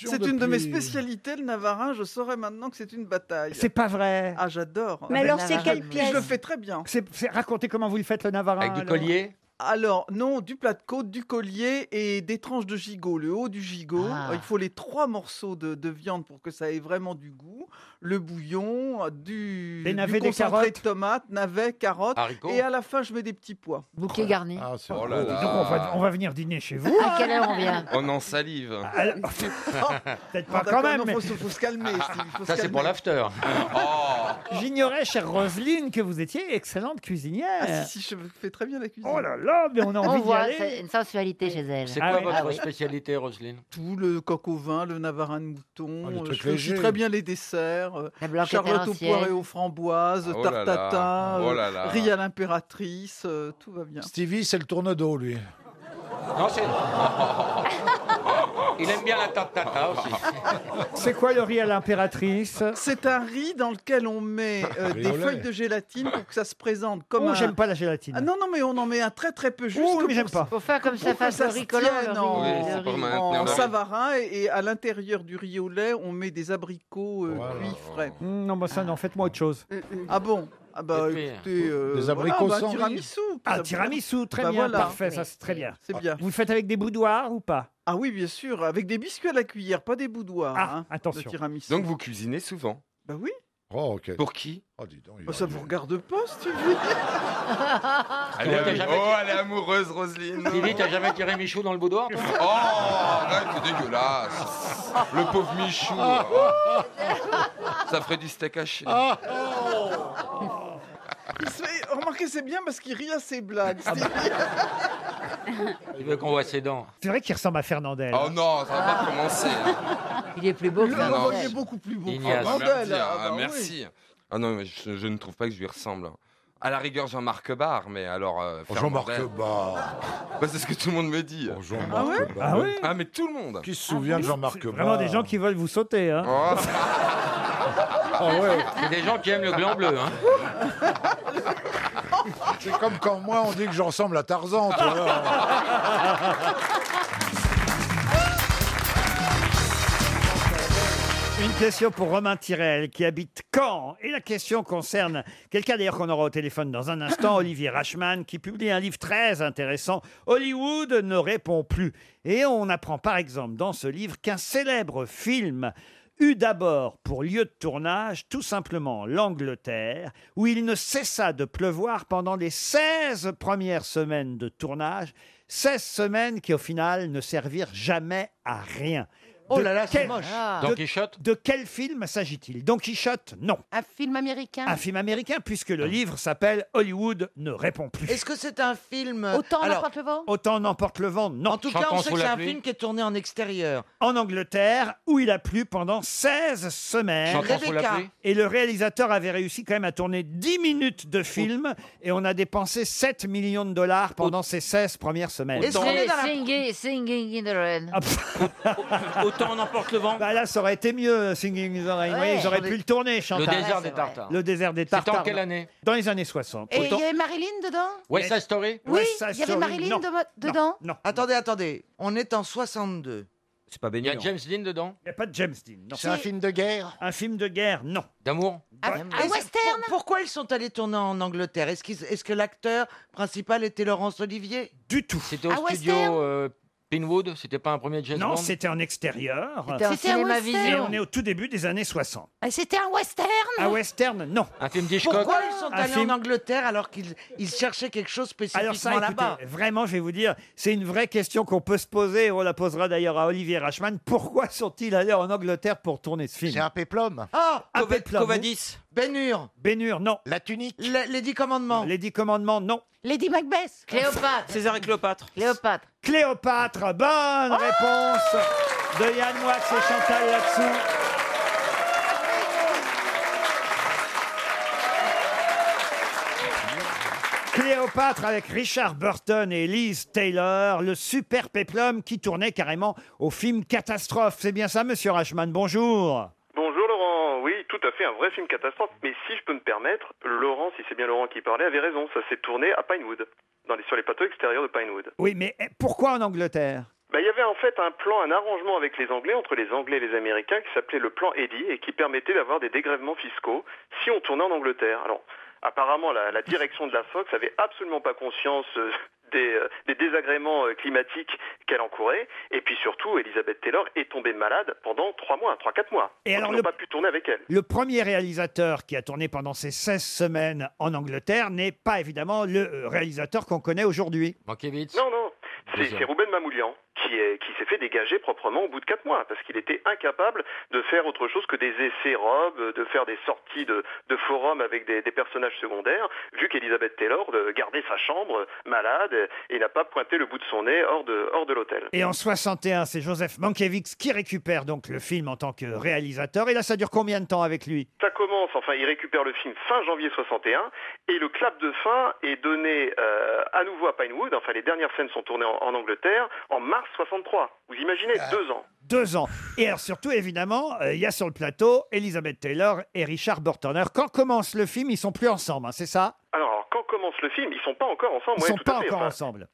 C'est une de mes spécialités, le navarin. Je saurais maintenant que c'est une bataille. C'est pas vrai. Ah, j'adore. Mais alors, c'est quelle Et pièce Je le fais très bien. C'est- c'est- racontez comment vous le faites, le Navarin. alors. alors, non, du plat de côte, du collier et des tranches de gigot. Le haut du gigot, Ah. euh, il faut les trois morceaux de, de viande pour que ça ait vraiment du goût. Le bouillon, euh, du, Des du navets, des concentré carottes. de tomates, navets, carottes. Haricots. Et à la fin, je mets des petits pois. Bouquet garni. Oh là Oh, dis là. donc, on va, Ah. on va venir dîner chez vous. À quelle heure on vient On en Oh salive. Alors- Peut-être oh, pas quand même. mais- Ah, faut se calmer. Ah, Ça, c'est pour l'after. Oh. Oh. J'ignorais, chère Roselyne, que vous étiez excellente cuisinière. Ah, si, si, je fais très bien la cuisine. Oh là là, mais on a envie d'y voit, aller. c'est une sensualité chez elle. C'est quoi votre Ah spécialité, Roselyne Tout le coq au vin, le navarin de mouton, Ah, les euh, trucs je fais aussi légers. très bien les desserts, euh, La blanquette à charlotte aux l'ancienne. poires et aux framboises, Ah, oh là là. tartatin, Oh euh, là là. riz à l'impératrice, euh, tout va bien. Stevie, c'est le tourne-dos, lui. Non, c'est. Il aime bien la tartata aussi. C'est quoi le riz à l'impératrice C'est un riz dans lequel on met euh, Ah, Riz des au lait. feuilles de gélatine pour que ça se présente comme Oh, un... j'aime pas la gélatine. Oh, Ah non, non, mais on en met un très très peu juste. mais j'aime pas. Pour faire comme ça fasse le riz collant, le riz, en, Oui, c'est pour maintenir en le riz. savarin et, et à l'intérieur du riz au lait, on met des abricots euh, cuits frais. Mm, Non, mais ça, non, faites-moi autre chose. Ah bon Ah bah écoutez, euh, Des voilà, abricots bah, un sans riz. tiramisu. Ah, tiramisu, très Bah bien, voilà. parfait, ça c'est très bien. Ah, C'est bien. Vous le faites avec des boudoirs ou pas Ah oui, bien sûr, avec des biscuits à la cuillère, pas des boudoirs. Ah, hein, attention. Le tiramisu. Donc vous cuisinez souvent Bah oui. Oh, ok. Pour qui Oh, Bah, ça vous regarde pas, si tu veux. elle Toi, Ah, t'as est... jamais- Oh, elle est amoureuse, Roselyne. Lily, t'as jamais tiré Michou dans le boudoir toi Oh, arrête, c'est dégueulasse. Le pauvre Michou. Ah. Ça ferait du steak haché. Ah. Ah. Il se fait- Remarquez, c'est bien parce qu'il rit à ses blagues. bah. Il veut qu'on voit ses dents. C'est vrai qu'il ressemble à Fernandel. hein. Oh non, ça va pas commencer. Il est plus beau que Fernandel. Il est beaucoup plus beau. que Ah, bah, Fernandel, merci. ah, ah, bah, merci. oui. Ah non, mais je, je ne trouve pas que je lui ressemble. hein. À la rigueur, Jean-Marc Barr, mais alors. euh, Oh, Jean-Marc Fernandel- Bah, c'est ce que tout le monde me dit. Ah ouais Barr. Ah ouais Ah, mais tout le monde. Qui se souvient Ah, de Jean-Marc Barr Ah, Vraiment des gens qui veulent vous sauter. Hein. Oh. Ah ouais. C'est des gens qui aiment le gland bleu. Hein. C'est comme quand moi on dit que j'ensemble à Tarzan. tu vois. Une question pour Romain Tirel qui habite Caen. Et la question concerne quelqu'un d'ailleurs qu'on aura au téléphone dans un instant, Olivier Rachman, qui publie un livre très intéressant, Hollywood ne répond plus. Et on apprend par exemple dans ce livre qu'un célèbre film eut d'abord pour lieu de tournage tout simplement l'Angleterre, où il ne cessa de pleuvoir pendant les 16 premières semaines de tournage, 16 semaines qui au final ne servirent jamais à rien. De Oh là là, c'est quel- moche. de- Don De quel film s'agit-il Don Quichotte, non. Un film américain. Un film américain, puisque Ah. le livre s'appelle Hollywood ne répond plus. Est-ce que c'est un film Euh, Autant n'importe n'emporte le vent Autant n'emporte le vent, non. En tout cas, on Chantons sait que sous la c'est un pluie. film qui est tourné en extérieur. En Angleterre, où il a plu pendant 16 semaines. Chantons sous la Rebecca. pluie. Et le réalisateur avait réussi quand même à tourner 10 minutes de film, et on a dépensé 7 millions de dollars pendans ces 16 premières semaines. C'est singing, singing in the rain. Ah, Autant n'emporte le vent. Bah là, ça aurait été mieux, Singing in the Rain. Ouais. Oui, ils auraient pu le tourner, Chantal. Le désert des Tartares. Le désert des C'était en Tartares. quelle année Dans les années 60. Et il Autant- y avait Marilyn dedans West Side Story Oui, West Side il y avait Story, Marilyn non. de- dedans non, Attendez, attendez. On est en 62. C'est pas Il y a James Dean dedans Il n'y a pas de James Dean. non. C'est un film de guerre Un film de guerre, non. D'amour Un western Pourquoi ils sont allés tourner en Angleterre Est-ce qu'ils- est-ce que l'acteur principal était Laurence Olivier Du tout. C'était au Un western studio euh, Pinwood C'était pas un premier James Non, Bond c'était en extérieur. C'était un C'était un cinéma western. Et vision. on est au tout début des années 60. Ah, C'était un western Un western, non. Un film Pourquoi ils sont Un allés film- en Angleterre alors qu'ils ils cherchaient quelque chose Alors ça, spécifiquement écoutez, là-bas vraiment, je vais vous dire, c'est une vraie question qu'on peut se poser, et on la posera d'ailleurs à Olivier Rachman. Pourquoi sont-ils allés en Angleterre pour tourner ce film C'est un péplum. Ben Ah Un Cova- péplum. Covadis. Bénur. Bénur, non. La tunique. les dix commandements. Les dix commandements, non. Lady Macbeth. Cléopâtre. César et Cléopâtre. Cléopâtre. Cléopâtre, Oh bonne réponse de Yann Moix et Chantal là-dessous. Cléopâtre avec Richard Burton et Liz Taylor, le super péplum qui tournait carrément au film Catastrophe. C'est bien ça, monsieur Rachman, bonjour. Bonjour Laurent, oui, tout à fait, un vrai film catastrophe. Mais si je peux me permettre, Laurent, si c'est bien Laurent qui parlait, avait raison, ça s'est tourné à Pinewood, dans les, sur les plateaux extérieurs de Pinewood. Oui, mais eh, pourquoi en Angleterre Bah, il y avait en fait un plan, un arrangement avec les Anglais, entre les Anglais et les Américains, qui s'appelait le plan Eddy et qui permettait d'avoir des dégrèvements fiscaux si on tournait en Angleterre. Alors, apparemment, la, la direction de la Fox avait absolument pas conscience euh, des, euh, des désagréments euh, climatiques qu'elle encourait. Et puis surtout, Elizabeth Taylor est tombée malade pendant trois mois, trois, quatre mois. Et Donc, alors ils n'ont le- pas pu tourner avec elle. Le premier réalisateur qui a tourné pendant ces 16 semaines en Angleterre n'est pas évidemment le euh, réalisateur qu'on connaît aujourd'hui. Non, non. C'est Deuxième. c'est Ruben Mamoulian qui est- qui s'est fait dégager proprement au bout de quatre mois parce qu'il était incapable de faire autre chose que des essais robes, de faire des sorties de, de forums avec des, des personnages secondaires, vu qu'Elisabeth Taylor euh, gardait sa chambre euh, malade et n'a pas pointé le bout de son nez hors de, hors de l'hôtel. Et en 61, c'est Joseph Mankiewicz qui récupère donc le film en tant que réalisateur. Et là, ça dure combien de temps avec lui Ça commence, enfin, il récupère le film fin janvier 61 et le clap de fin est donné euh, à nouveau à Pinewood. Enfin, les dernières scènes sont tournées en, en Angleterre en mars 63. Vous imaginez Ah. deux ans. Deux ans. Et alors surtout, évidemment, euh, il y a sur le plateau Elizabeth Taylor et Richard Burton. Alors quand commence le film, ils sont plus ensemble, hein, c'est ça Alors, alors, quand commence le film Ils sont pas encore ensemble. Ils ouais, sont tout pas à fait. encore Enfin, ensemble.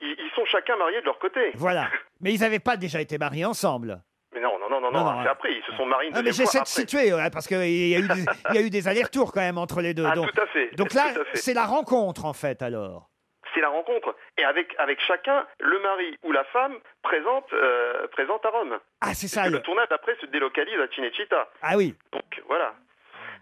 Ils, ils sont chacun mariés de leur côté. Voilà. Mais ils n'avaient pas déjà été mariés ensemble. Mais non, non, non, non, Non, non, non, c'est ouais. après, ils se sont mariés une Ah, mais deuxième fois j'essaie de après. situer, ouais, parce qu'il y, a eu des- il y a eu des allers-retours quand même entre les deux. Ah, donc, tout à fait, donc tout là, à fait. c'est la rencontre en fait alors. C'est la rencontre. Et avec, avec chacun, le mari ou la femme présente, euh, présente à Rome. Ah, c'est ça. Puisque le- le tournage après se délocalise à Cinecittà. Ah oui. Donc, voilà.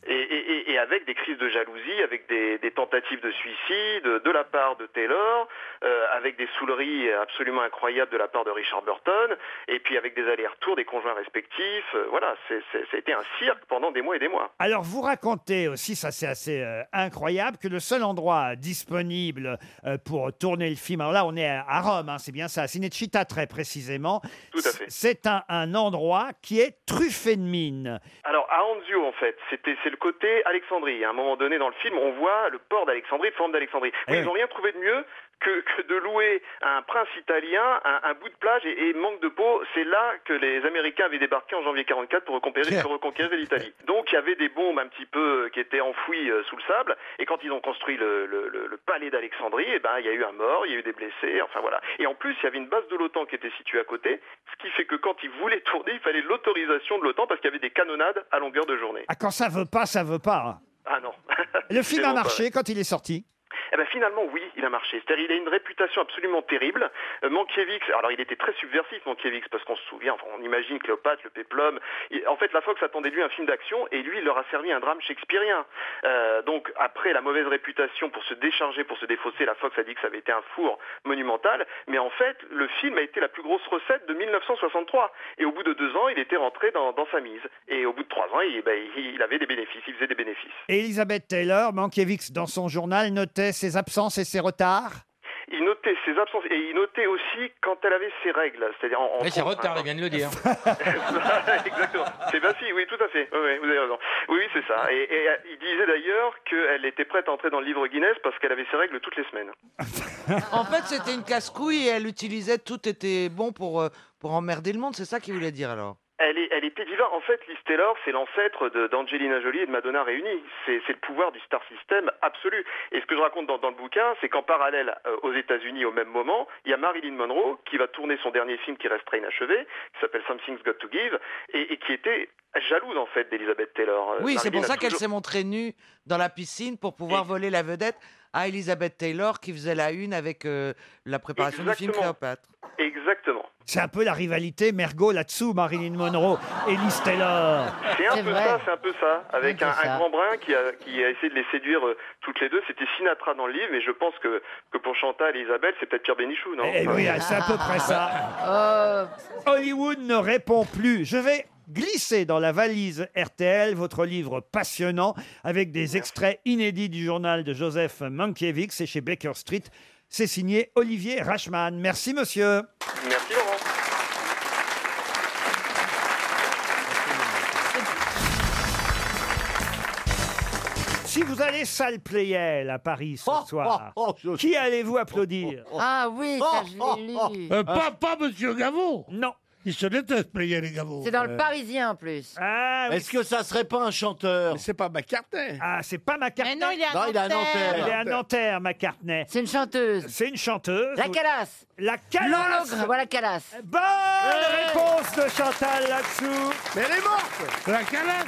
Et, et- et- et avec des crises de jalousie, avec des, des tentatives de suicide de la part de Taylor, euh, avec des souleries absolument incroyables de la part de Richard Burton, et puis avec des allers-retours des conjoints respectifs. euh, voilà, c'est- c'est- ça a été un cirque pendant des mois et des mois. Alors vous racontez aussi, ça c'est assez euh, incroyable, que le seul endroit disponible euh, pour tourner le film, alors là on est à, à Rome, hein, c'est bien ça, à Cinecittà très précisément, c- c'est un, un endroit qui est truffé de mines. Alors à Anzio en fait, c'était c'est le côté Alexandrie. À un moment donné dans le film, on voit le port d'Alexandrie, le forum d'Alexandrie. Oui, Eh. Ils n'ont rien trouvé de mieux que, que de louer à un prince italien un, un bout de plage et, et manque de peau. C'est là que les Américains avaient débarqué en janvier 44 pour reconquérir, pour reconquérir l'Italie. Donc il y avait des bombes un petit peu euh, qui étaient enfouies euh, sous le sable. Et quand ils ont construit le, le- le- le palais d'Alexandrie, eh ben il y a eu un mort, il y a eu des blessés. Enfin voilà. Et en plus il y avait une base de l'OTAN qui était située à côté, ce qui fait que quand ils voulaient tourner, il fallait l'autorisation de l'OTAN parce qu'il y avait des canonnades à longueur de journée. Ah quand ça veut pas, ça veut pas. hein. Ah non. Le film a Vraiment pas. marché quand il est sorti. Eh ben finalement, oui, il a marché. C'est-à-dire, il a une réputation absolument terrible. Euh, Mankiewicz, alors il était très subversif, Mankiewicz, parce qu'on se souvient, enfin, on imagine Cléopâtre, le péplum. Et en fait, la Fox attendait de lui un film d'action et lui, il leur a servi un drame shakespearien. Euh, donc, après la mauvaise réputation pour se décharger, pour se défausser, la Fox a dit que ça avait été un four monumental. Mais en fait, le film a été la plus grosse recette de 1963. Et au bout de deux ans, il était rentré dans, dans sa mise. Et au bout de trois ans, il, ben, il avait des bénéfices, il faisait des bénéfices. Et Elisabeth Taylor, Mankiewicz, dans son journal, notait ses absences et ses retards. Il notait ses absences et il notait aussi quand elle avait ses règles, c'est-à-dire en. en Mais c'est cours, retard, hein. il vient de le dire. Exactement. C'est bien si, oui, tout à fait. Oui, oui, vous avez raison. Oui, oui, c'est ça. Et, et, euh, il disait d'ailleurs qu'elle était prête à entrer dans le livre Guinness parce qu'elle avait ses règles toutes les semaines. En fait, c'était une casse-couille et elle utilisait tout était bon pour, euh, pour emmerder le monde. C'est ça qu'il voulait dire alors. Elle, est, elle était diva. En fait, Liz Taylor, c'est l'ancêtre de- d'Angelina Jolie et de Madonna réunies. C'est c'est le pouvoir du star system absolu. Et ce que je raconte dans, dans le bouquin, c'est qu'en parallèle euh, aux États-Unis, au même moment, il y a Marilyn Monroe qui va tourner son dernier film qui restera inachevé, qui s'appelle Something's Got to Give, et, et qui était jalouse en fait d'Elizabeth Taylor. Euh, Oui, c'est Marilyn pour a ça qu'elle toujours- s'est montrée nue dans la piscine pour pouvoir voler la vedette à Elizabeth Taylor qui faisait la une avec euh, la préparation du film Exactement. Cléopâtre. Exactement. C'est un peu la rivalité Mergot là-dessous, Marilyn Monroe et Liz Taylor. C'est un peu ça, c'est un peu ça. Avec un un, peu un ça. grand brun qui a, qui a essayé de les séduire euh, toutes les deux. C'était Sinatra dans le livre, mais je pense que, que pour Chantal et Isabelle, c'est peut-être Pierre Bénichou, non Eh Oh. oui, c'est à peu près ça. Euh, Hollywood ne répond plus. Je vais glisser dans la valise RTL votre livre passionnant avec des extraits inédits du journal de Joseph Mankiewicz et chez Baker Street. C'est signé Olivier Rachman. Merci monsieur. Merci Laurent. Si vous allez salle Playel à Paris ce Oh, soir, qui allez-vous applaudir Ah oui, Oh, ça, je l'ai lu. Euh, pas, pas Monsieur Gaveau Non. Il se déteste payer les Gaveau. C'est dans le Parisien en plus. Ah, Est-ce que ça serait pas un chanteur C'est pas McCartney. Ah, c'est pas McCartney. Mais non, il est à Non, il est à Nanterre. Nanterre. Il est à Nanterre, McCartney. C'est une chanteuse. C'est une chanteuse. La Calas. La Calas. L'hologramme, voilà Calas. Bonne réponse de Chantal là-dessous. Mais elle est morte La calasse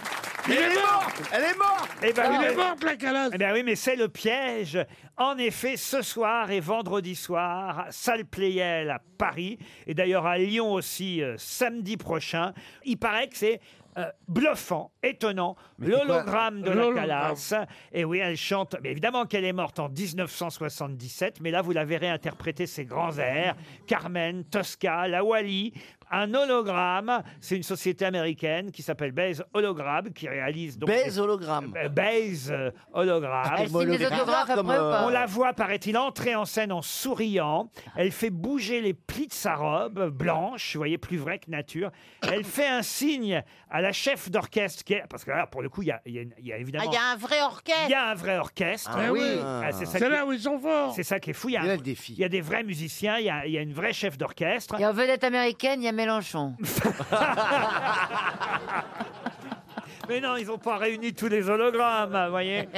Il est mort Elle est morte Eh ben, Elle oui, est mais- morte, la calasse Eh bien oui, mais c'est le piège. En effet, ce soir et vendredi soir, salle Playel à Paris, et d'ailleurs à Lyon aussi euh, samedi prochain, il paraît que c'est euh, bluffant, étonnant, l'hologramme de la L'hologramme. Calas. Et oui, elle chante, mais évidemment qu'elle est morte en 1977, mais là vous la verrez interpréter ses grands airs, Carmen, Tosca, La Wally, un hologramme, c'est une société américaine qui s'appelle Baze Hologramme, qui réalise donc... Baze Hologramme. Euh, Baze euh, hologramme. Elle signe des autographes après ou pas On la voit, paraît-il, entrer en scène en souriant. Elle fait bouger les plis de sa robe euh, blanche, vous voyez, plus vrai que nature. Elle fait un signe à la chef d'orchestre, qui est- parce que là, pour le coup, il y a, il y a une- il y a Ah, évidemment... il y a un vrai orchestre. Il y a un vrai orchestre. Ah oui. Ah, c'est ça C'est qui- là où ils sont forts c'est ça qui est fou. Il y a, un- il y a des vrais musiciens, il y a, il y a une vraie chef d'orchestre. Et en vedette américaine, il y a Mélenchon. Mais non, ils n'ont pas réuni tous les hologrammes, vous voyez.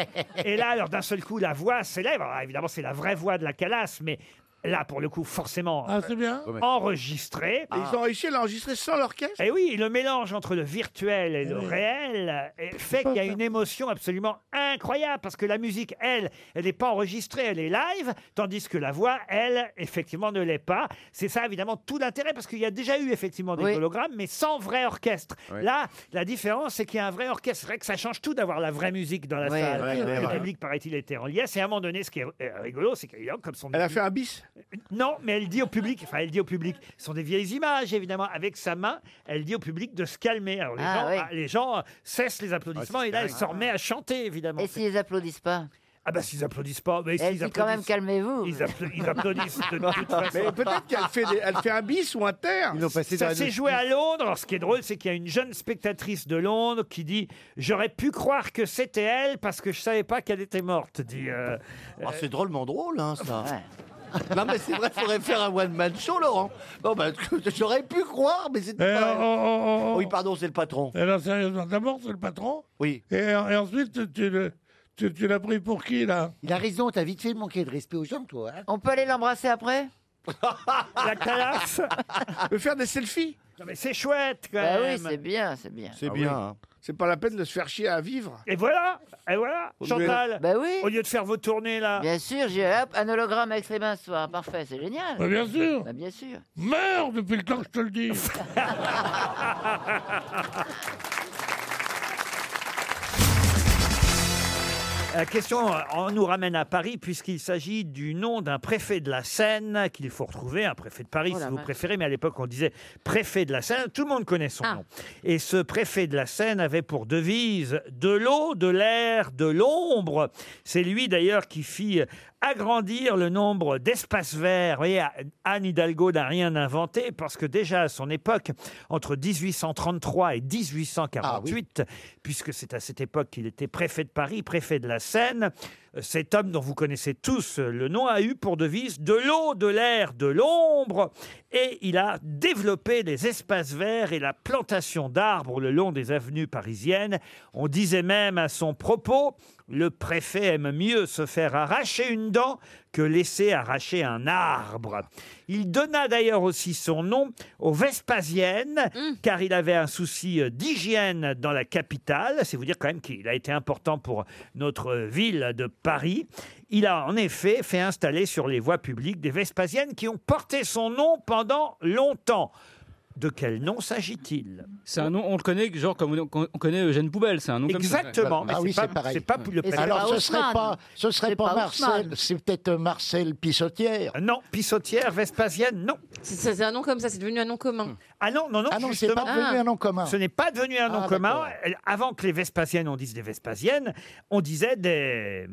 Et là, alors d'un seul coup, la voix célèbre. Alors, évidemment, c'est la vraie voix de la calasse, mais là, pour le coup, forcément Ah, c'est bien. euh, enregistrée. Et Ils ont réussi à l'enregistrer sans l'orchestre Eh Et oui, le mélange entre le virtuel et le réel euh, fait qu'il y a une émotion absolument incroyable parce que la musique, elle, elle n'est pas enregistrée, elle est live, tandis que la voix, elle, effectivement, ne l'est pas. C'est ça, évidemment, tout l'intérêt parce qu'il y a déjà eu effectivement des Oui. hologrammes, mais sans vrai orchestre. Oui. Là, la différence, c'est qu'il y a un vrai orchestre. C'est vrai que ça change tout d'avoir la vraie musique dans la Oui, salle. oui, oui, le oui. public, paraît-il, était en liesse. Et à un moment donné, ce qui est euh, rigolo, c'est qu'évidemment, comme son. Elle a fait un bis Non, mais elle dit au public, enfin elle dit au public, ce sont des vieilles images évidemment, avec sa main, elle dit au public de se calmer. Alors les, Ah, gens, oui. ah, les gens, euh, cessent les applaudissements Ouais, c'est et là elle dingue. s'en remet à chanter évidemment. Et s'ils applaudissent pas Ah bah s'ils applaudissent pas, mais Elle s'ils dit Eh, quand même applaudissent, calmez-vous. ils, appla- ils applaudissent de toute façon. Mais peut-être qu'elle fait, des- elle fait un bis ou un terre. Ça s'est joué à Londres. Alors, ce qui est drôle, c'est qu'il y a une jeune spectatrice de Londres qui dit J'aurais pu croire que c'était elle parce que je savais pas qu'elle était morte. Dit. euh, Ah, c'est drôlement drôle, hein, ça. Non, mais c'est vrai, faudrait faire un one-man show, Laurent. Bon, ben, j'aurais pu croire, mais Eh, c'est oh, pas. Oui, pardon, c'est le patron. Et non, Eh ben, sérieusement, d'abord, c'est le patron. Oui. Et, et ensuite, tu- tu, le- tu, tu l'as pris pour qui, là Il a raison, t'as vite fait de manquer de respect aux gens, toi. hein. Ah, On peut aller l'embrasser après La calasse Faire des selfies Non, mais c'est chouette quand Bah oui, même. c'est bien, c'est bien. C'est Ah oui. bien, hein. C'est pas la peine de se faire chier à vivre. Et voilà, et voilà, Au lieu- Chantal. Bah oui. Au lieu de faire vos tournées là. Bien sûr, j'ai hop, un hologramme avec ses mains ce soir. Parfait, c'est génial. Bah, bien sûr. Bah, bien sûr. Meurs depuis le temps que je te le dis. La question euh, on nous ramène à Paris puisqu'il s'agit du nom d'un préfet de la Seine qu'il faut retrouver, un préfet de Paris Oh la si vous vache. préférez, mais à l'époque on disait préfet de la Seine, tout le monde connaît son nom. Et ce préfet de la Seine avait pour devise de l'eau, de l'air, de l'ombre. C'est lui d'ailleurs qui fit agrandir le nombre d'espaces verts. Vous voyez, à- Anne Hidalgo n'a rien inventé parce que déjà à son époque, entre 1833 et 1848, puisque c'est à cette époque qu'il était préfet de Paris, préfet de la Seine, euh, cet homme dont vous connaissez tous euh, le nom a eu pour devise de l'eau, de l'air, de l'ombre, et il a développé des espaces verts et la plantation d'arbres le long des avenues parisiennes. On disait même à son propos, le préfet aime mieux se faire arracher une dent que laisser arracher un arbre. Il donna d'ailleurs aussi son nom aux Vespasiennes, car il avait un souci euh, d'hygiène dans la capitale. C'est vous dire quand même qu'il a été important pour notre euh, ville de Paris. Il a en effet fait installer sur les voies publiques des Vespasiennes qui ont porté son nom pendant longtemps. De quel nom s'agit-il C'est un nom, on le connaît, genre comme on, on connaît Eugène Poubelle, c'est un nom Exactement. comme Ah ça. oui, c'est pareil. Et c'est Alors, pas ce serait Haussmann. pas, ce serait C'est pas, pas Marcel, Haussmann. c'est peut-être euh, Marcel Pissotière. Euh, Non, Pissotière, Vespasienne, non. C'est un nom comme ça, c'est devenu un nom commun. Ah non, non, non, Ah non, c'est justement. pas devenu Ah. un nom commun. Ce n'est pas devenu un Ah, nom commun. d'accord. Elle- Avant que les Vespasiennes, on dise des Vespasiennes, on disait des...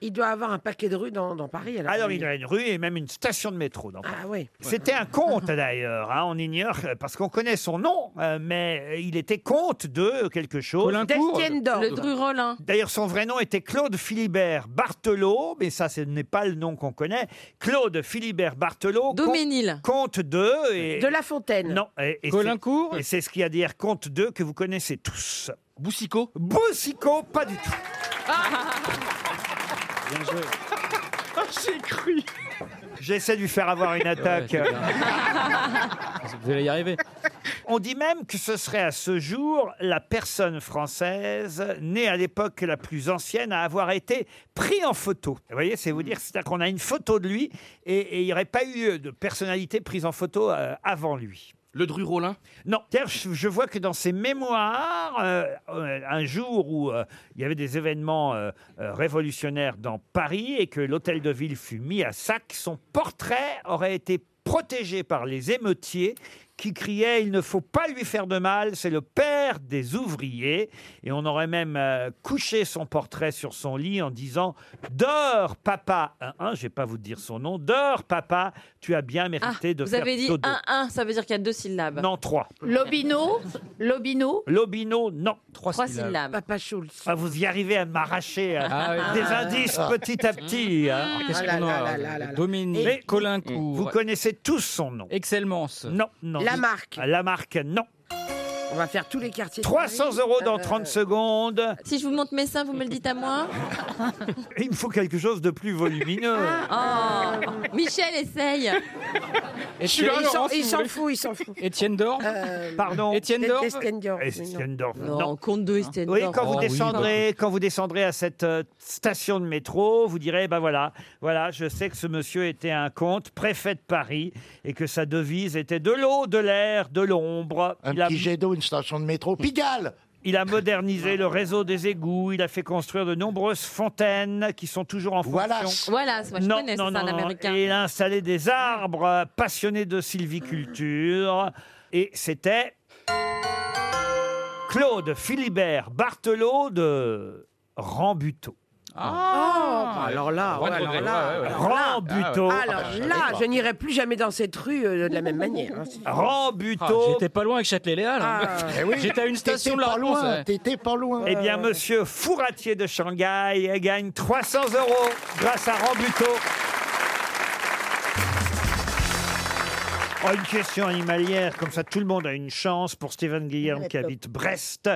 Il doit avoir un paquet de rues dans, dans Paris. Alors, Alors, il y a une rue et même une station de métro. dans Paris. Ah oui. C'était un comte d'ailleurs, hein, on ignore, euh, parce qu'on connaît son nom, euh, mais il était comte de quelque chose. Le Drurolin. D'ailleurs, son vrai nom était Claude Philibert Barthelot, mais ça, ce n'est pas le nom qu'on connaît. Claude Philibert Barthelot. Doménil. Comte de. Et... De La Fontaine. Non. Et, et Caulaincourt c'est- Et c'est ce qu'il y a à dire comte de que vous connaissez tous. Boussicot Boussicot, pas du tout. Bien joué. Ah, J'ai cru. J'essaie de lui faire avoir une attaque. c'est Vous allez y arriver. On dit même que ce serait à ce jour la personne française née à l'époque la plus ancienne à avoir été pris en photo. Vous voyez, c'est Hmm. vous dire, c'est-à-dire qu'on a une photo de lui et, et il n'y aurait pas eu de personnalité prise en photo euh, avant lui. Le Drurolin Non. D'ailleurs, je je vois que dans ses mémoires, euh, euh, un jour où euh, il y avait des événements euh, euh, révolutionnaires dans Paris et que l'hôtel de ville fut mis à sac, son portrait aurait été protégé par les émeutiers qui criaient « Il ne faut pas lui faire de mal, c'est le père des ouvriers ». Et on aurait même euh, couché son portrait sur son lit en disant « Dors, papa !» Un, un, Je vais pas vous dire son nom. « Dors, papa, tu as bien Ah, mérité de Ah, vous faire avez dit dodo. 1-1, ça veut dire qu'il y a deux syllabes. Non, trois. Lobino, Lobino Lobino, non. Trois, Trois syllabes. syllabes. Papa Schulz. Ah, vous y arrivez à m'arracher euh, Ah oui. des Ah. indices petit à petit. hein. Ah Qu'est-ce qu'on a Mais Dominique, Colincourt. Vous connaissez tous son nom. Excelmence. Non, non. Lamarck. Lamarque, non. On va faire tous les quartiers. 300 euros Euh, Euh, dans 30 secondes. Si je vous montre mes seins, vous me le dites à moi Il me faut quelque chose de plus volumineux. Ah, Oh, Michel, essaye Étienne- il s'en- il s'en fout, il s'en fout. Euh, Étienne Dorf Pardon. Étienne Dorf. Dorf Estienne Dior. Estienne Dorf, Non, compte de Estienne Oui, Dorf. quand vous Oh oui, bah, descendrez, quand vous descendrez à cette euh, station de métro, vous direz, ben voilà, voilà, je sais que ce monsieur était un comte, préfet de Paris, et que sa devise était de l'eau, de l'air, de l'ombre. Un Il a- petit jet d'eau, une station de métro. Pigalle il a modernisé le réseau des égouts, il a fait construire de nombreuses fontaines qui sont toujours en fonction. Voilà, moi je Non, connais, Eh, c'est non, un non, non. américain. Et il a installé des arbres euh, passionnés de sylviculture. Et c'était Claude Philibert Barthelot de Rambuteau. Oh. Ah, alors là, ouais, alors là, alors là. Rambuteau. Alors Ah, là, je n'irai plus jamais dans cette rue euh, de la même manière. hein. Rambuteau. Ah, J'étais pas loin avec Châtelet-Léal. hein. Ah. Eh oui. J'étais à une station de la T'étais pas réponse, loin, ouais. T'étais pas loin. Eh bien, monsieur Fouratier de Shanghai gagne 300 euros grâce à Rambuteau. Oh, une question animalière, comme ça tout le monde a une chance pour Stéphane Guillaume qui habite Brest.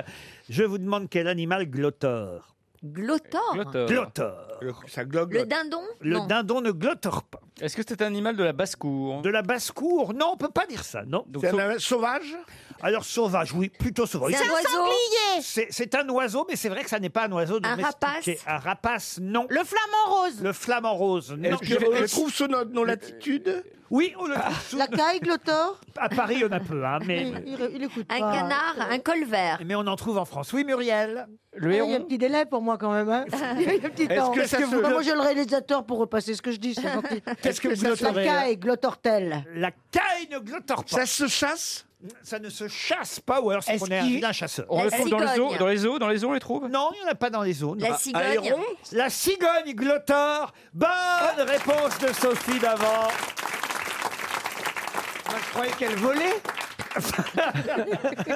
Je vous demande quel animal glotteur Glottor. Glottor. Ça glotte. Le dindon Le Non. dindon ne glottore pas. Est-ce que c'est un animal de la basse-cour De la basse-cour Non, on peut pas dire ça, non. C'est un sauvage Alors sauvage, oui, plutôt sauvage. C'est un C'est un oiseau sanglier. C'est- C'est un oiseau, mais c'est vrai que ça n'est pas un oiseau Un domestique. rapace Et Un rapace, non. Le flamant rose Le flamant rose, non. Est-ce que- on le trouve sous notre latitude Oui, on le trouve sous... La caille, Glotor À Paris, on a peu, hein, mais... il, il, il écoute Un pas. canard, un colvert. Mais on en trouve en France. Oui, Muriel Ah, Il y a un petit délai pour moi quand même. Hein. Il y a un petit Est-ce temps. que ça se- Bah, Moi j'ai le réalisateur pour repasser ce que je dis. c'est gentil. Qu'est-ce que vous La noterez, caille, Glotortel. La caille ne glottore pas. Ça se chasse Ça ne se chasse pas, ou alors c'est Est-ce qu'on est un qu'il- vilain chasseur. On La le trouve dans les eaux- cigogne. dans les eaux, dans les eaux, on les trouve Non, il n'y en a pas dans les eaux. non. La cigogne. un héron La cigogne glottor. Bonne réponse de Sophie d'avant. je croyais qu'elle volait.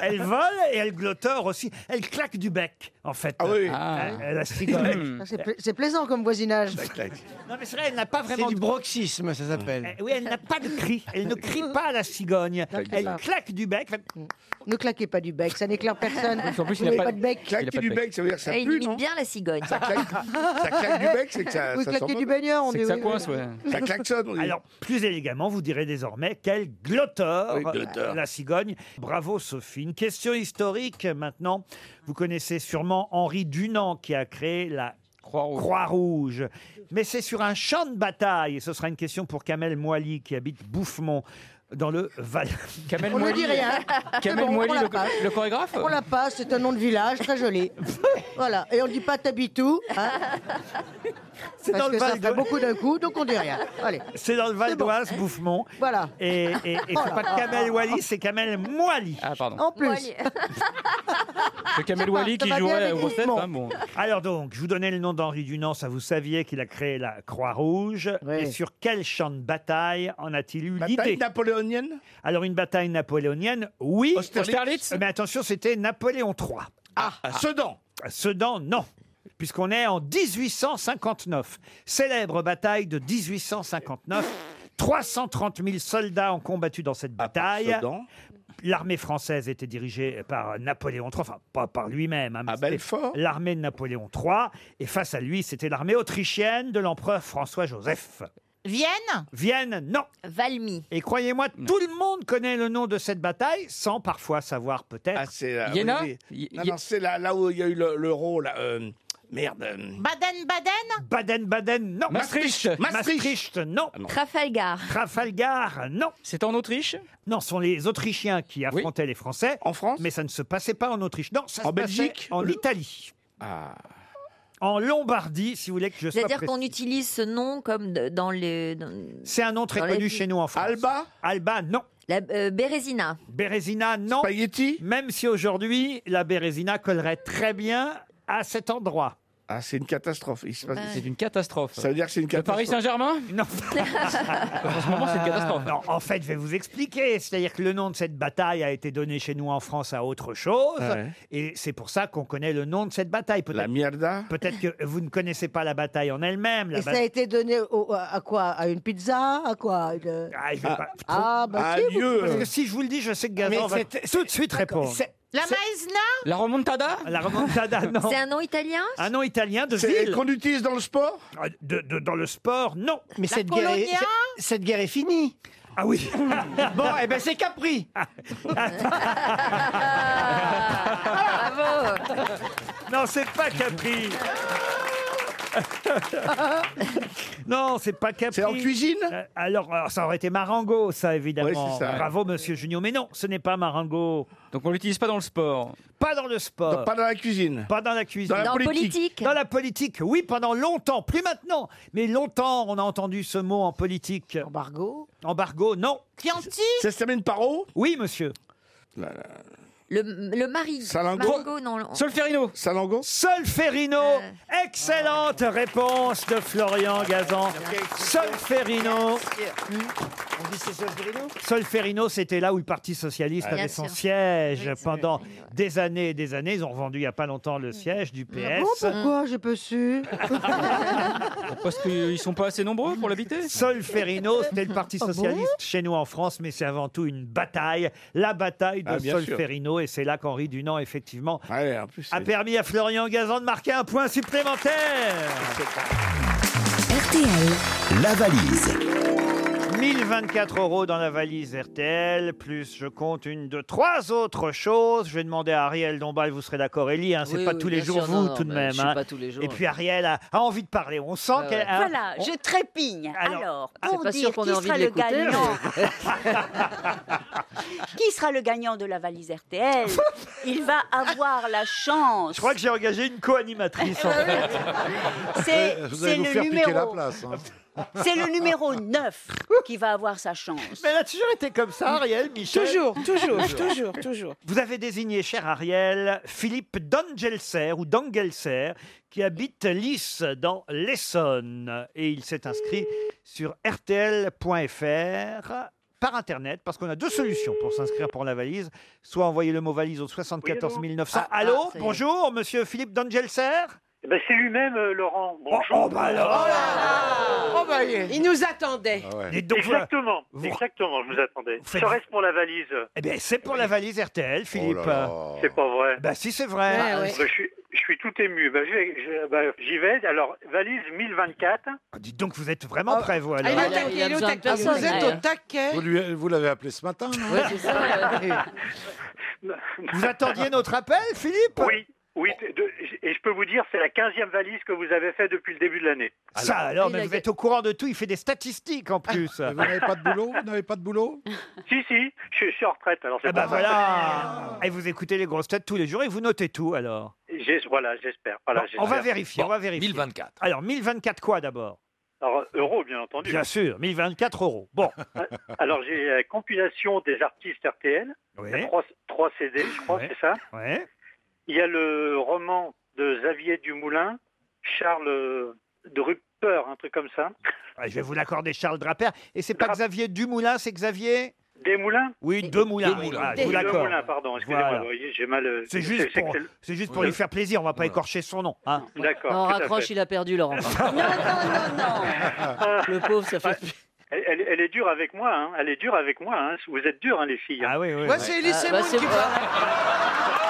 elle vole et elle glottor aussi. Elle claque du bec, en fait. Ah oui. La cigogne. Ça, c'est pla- C'est plaisant comme voisinage. Non, mais c'est vrai, elle n'a pas vraiment. C'est de- Eh du broxisme, ça s'appelle. Oui, elle n'a pas de cri. Elle ne crie pas la cigogne. Elle claque du bec. Mm. Ne claquez pas du bec, ça n'éclaire personne. En plus, il Vous a n'avez pas- pas de bec. Claquer Il a pas de du bec. bec, ça veut dire que ça Eh, il pue, imite bien la cigogne. Ça claque- ça claque du bec, c'est que ça- Oui, ça claquer s'envoie. du baigneur, on C'est que dit, ça oui, coince, oui. ouais. Ça klaxonne, on dit. Alors, plus élégamment, vous direz désormais quel glotteur, Oui, glotteur. euh, la cigogne. Bravo, Sophie. Une question historique maintenant. Vous connaissez sûrement Henri Dunant qui a créé la Croix-Rouge. Mais c'est sur un champ de bataille. Et ce sera une question pour Kamel Moali qui habite Bouffemont. Dans le Val. Kamel On ne dit rien. C'est Kamel bon, Moali, on la le- passe. le chorégraphe On la passe, c'est un nom de village, très joli. voilà, et on ne dit pas Tabitou, hein, parce dans le que ça Val fait d'Oise. beaucoup d'un coup, donc on dit rien. Allez. C'est dans le Val d'Oise, Bouffemont. Voilà. Et, et, et c'est Oh là pas là. Kamel Wally, c'est Kamel Moali. Ah, pardon. En plus. C'est Kamel Je sais pas, Wally ça qui va bien jouerait avec aux grosses têtes. Guzman. hein, bon. Alors donc, je vous donnais le nom d'Henri Dunant, ça vous saviez qu'il a créé la Croix-Rouge. Et sur quel champ de bataille en a-t-il eu l'idée Bataille napoléonienne Alors une bataille napoléonienne, oui. Austerlitz Austerlitz Mais attention, c'était Napoléon III. Ah, Sedan Sedan, non. Puisqu'on est en 1859. Célèbre bataille de 1859. 330 000 soldats ont combattu dans cette Ah, bataille. Sedan L'armée française était dirigée par Napoléon III, enfin pas par lui-même, Ah, hein, mais ben, c'était l'armée de Napoléon III, et face à lui, c'était l'armée autrichienne de l'empereur François-Joseph. Vienne Vienne, non. Valmy. Et croyez-moi, tout le monde connaît le nom de cette bataille, sans parfois savoir peut-être. Ah, c'est Iéna oui, Non, non, c'est là, là où il y a eu le- l'euro, là. euh, merde. euh, Baden-Baden Baden-Baden, non. Maastricht. Maastricht, non. Ah Trafalgar. Trafalgar, non. C'est en Autriche Non, ce sont les Autrichiens qui affrontaient les Français. En France Mais ça ne se passait pas en Autriche. Non, ça En se passait Belgique Ah. En Italie. En Lombardie, si vous voulez que je sois C'est-à-dire précis. qu'on utilise ce nom comme de- dans les. dans- C'est un nom très Dans les connu pays. chez nous en France. Alba Alba, non. La euh, Bérésina. Bérésina, non. Spaghetti Même si aujourd'hui, la Bérésina collerait très bien à cet endroit. Ah, c'est une catastrophe. Il se passe- C'est une catastrophe. Ça veut dire que c'est une catastrophe. Paris Saint-Germain Non. En ce moment, Euh, c'est une catastrophe. Non, Ah, en fait, je vais vous expliquer. C'est-à-dire que le nom de cette bataille a été donné chez nous en France à autre chose. Ouais. Et c'est pour ça qu'on connaît le nom de cette bataille. Peut-être- La mierda Peut-être que vous ne connaissez pas la bataille en elle-même. la Et ça a bataille- été donné au- à quoi À une pizza À quoi Une- euh, Ah, je vais pas- Ah, bah si, vous- Parce que si je vous le dis, je sais que Gazan Mais va c'est- tout de suite répondre. La maïsna La remontada La remontada, non. C'est un nom italien Un nom italien de C'est- ville. qu'on utilise dans le sport Dans le sport, non. Mais cette guerre, est, c'est- cette guerre est finie. Ah oui. Ah. bon, eh ben c'est Capri. Bravo Non, c'est pas Capri. non, c'est pas Capri. C'est en cuisine alors, alors, ça aurait été Marango, ça, évidemment. Oui, c'est ça. Bravo, monsieur Junio. Mais non, ce n'est pas Marango. Donc on l'utilise pas dans le sport. Pas dans le sport. Dans- pas dans la cuisine. Pas dans la cuisine. Dans la Dans politique. politique. Dans la politique, oui, pendant longtemps. Plus maintenant, mais longtemps, on a entendu ce mot en politique. Embargo Embargo, non. Fianti Ça se termine par O Oui, monsieur. Le, le mari. Maringo, non. le- Euh. Solferino. Salango. Solferino. Excellente réponse de Florian Gazan. Solferino. On dit c'est Solferino Solferino, c'était là où le Parti socialiste Ah, bien avait son sûr. siège pendant des années et des années. Ils ont revendu il n'y a pas longtemps le siège du PS. Ah bon, pourquoi J'ai pas su. Parce qu'ils sont pas assez nombreux pour l'habiter. Solferino, c'était le Parti Ah bon socialiste chez nous en France, mais c'est avant tout une bataille, la bataille de Ah, bien sûr. Solferino. Bordeaux. Et c'est là qu'Henri Dunant, effectivement, a permis à Florian Gazan de marquer un point supplémentaire. RTL. La valise. 1024 euros dans la valise RTL, plus je compte une de trois autres choses. Je vais demander à Ariel Dombal, vous serez d'accord, Ellie, hein, c'est Oui, pas oui, tous les bien jours sûr, vous non, non, tout de mais même. je suis hein. pas tous les jours. Et puis Ariel a, a envie de parler, on sent qu'elle... hein, Voilà, on- je trépigne. Alors, Ah, pour c'est pas sûr dire qu'on qui ait envie sera de le l'écouter, mais- gagnant, qui sera le gagnant de la valise RTL, il va avoir la chance. Je crois que j'ai engagé une co-animatrice. en fait. C'est Vous c'est allez nous le faire piquer la numéro. place, hein. C'est le numéro 9 qui va avoir sa chance. Mais elle a toujours été comme ça, Ariel, Michel. Toujours, toujours, toujours, toujours. Vous avez désigné, cher Ariel, Philippe Dangelser ou Dangelser, qui habite Lys dans l'Essonne. Et il s'est inscrit sur rtl.fr par Internet, parce qu'on a deux solutions pour s'inscrire pour la valise. Soit envoyer le mot valise au 74 900. Ah, allô, ah, ça y est. bonjour, monsieur Philippe Dangelser Eh ben, c'est lui-même, euh, Laurent. Bonjour. oh, bah alors. Oh Oh, bah, il nous attendait. Dites donc, voilà. exactement, exactement, je vous attendais. Serait-ce pour la valise Eh bien, c'est pour la valise Oh RTL, Philippe. C'est pas vrai. Bah si, c'est vrai. Ah, bah, je, suis, je suis tout ému. Bah, je vais- je- bah, J'y vais. Alors, valise 1024. Dites donc, vous êtes vraiment prêt, vous, alors. Ah, il est au taquet, il est au taquet. personne, Vous êtes là. au taquet. Vous, lui- vous l'avez appelé ce matin, Ah, non Ouais, c'est ça, ouais. Vous attendiez notre appel, Philippe Oui, oui. t- de- et je peux vous dire, c'est la 15e valise que vous avez fait depuis le début de l'année. Ah, Ça alors, mais vous êtes au courant de tout, il fait des statistiques en plus. Et vous n'avez pas de boulot Vous n'avez pas de boulot Si, si, je, je suis en retraite. Alors, c'est Ah bah pas grave. voilà Et vous écoutez les grosses têtes tous les jours et vous notez tout alors J'ai- Voilà, j'espère. Voilà, Bon, On j'espère. va vérifier, on va vérifier. 1024. Alors, 1024 quoi d'abord Alors, euros, bien entendu. Bien sûr, 1024 euros. Bon, Ah, Alors, j'ai la compilation des artistes RTL. Oui. Il y a Trois, trois CD, je crois, c'est ça. ouais. Il y a le roman de Xavier Dumoulin, Charles euh, de Rupper, un truc comme ça. Ouais, je vais vous l'accorder, Charles Draper. Et c'est pas Xavier Dumoulin, c'est Xavier Desmoulins Oui, Demoulin. Ah, je vous l'accorde. Dumoulin, pardon, excusez-moi, Voilà. vous voyez, j'ai mal. euh, C'est juste c'est pour, que- c'est juste pour lui faire plaisir, on va pas écorcher son nom. hein. D'accord. Non, tout à raccroche, fait. il a perdu, Laurent. Le pauvre, ça fait. Elle, elle- elle est dure avec moi, hein. elle est dure avec moi. hein. Vous êtes dures, hein, les filles. Ah oui, oui. Ouais, bah, c'est Elie bah, Semoun qui parle.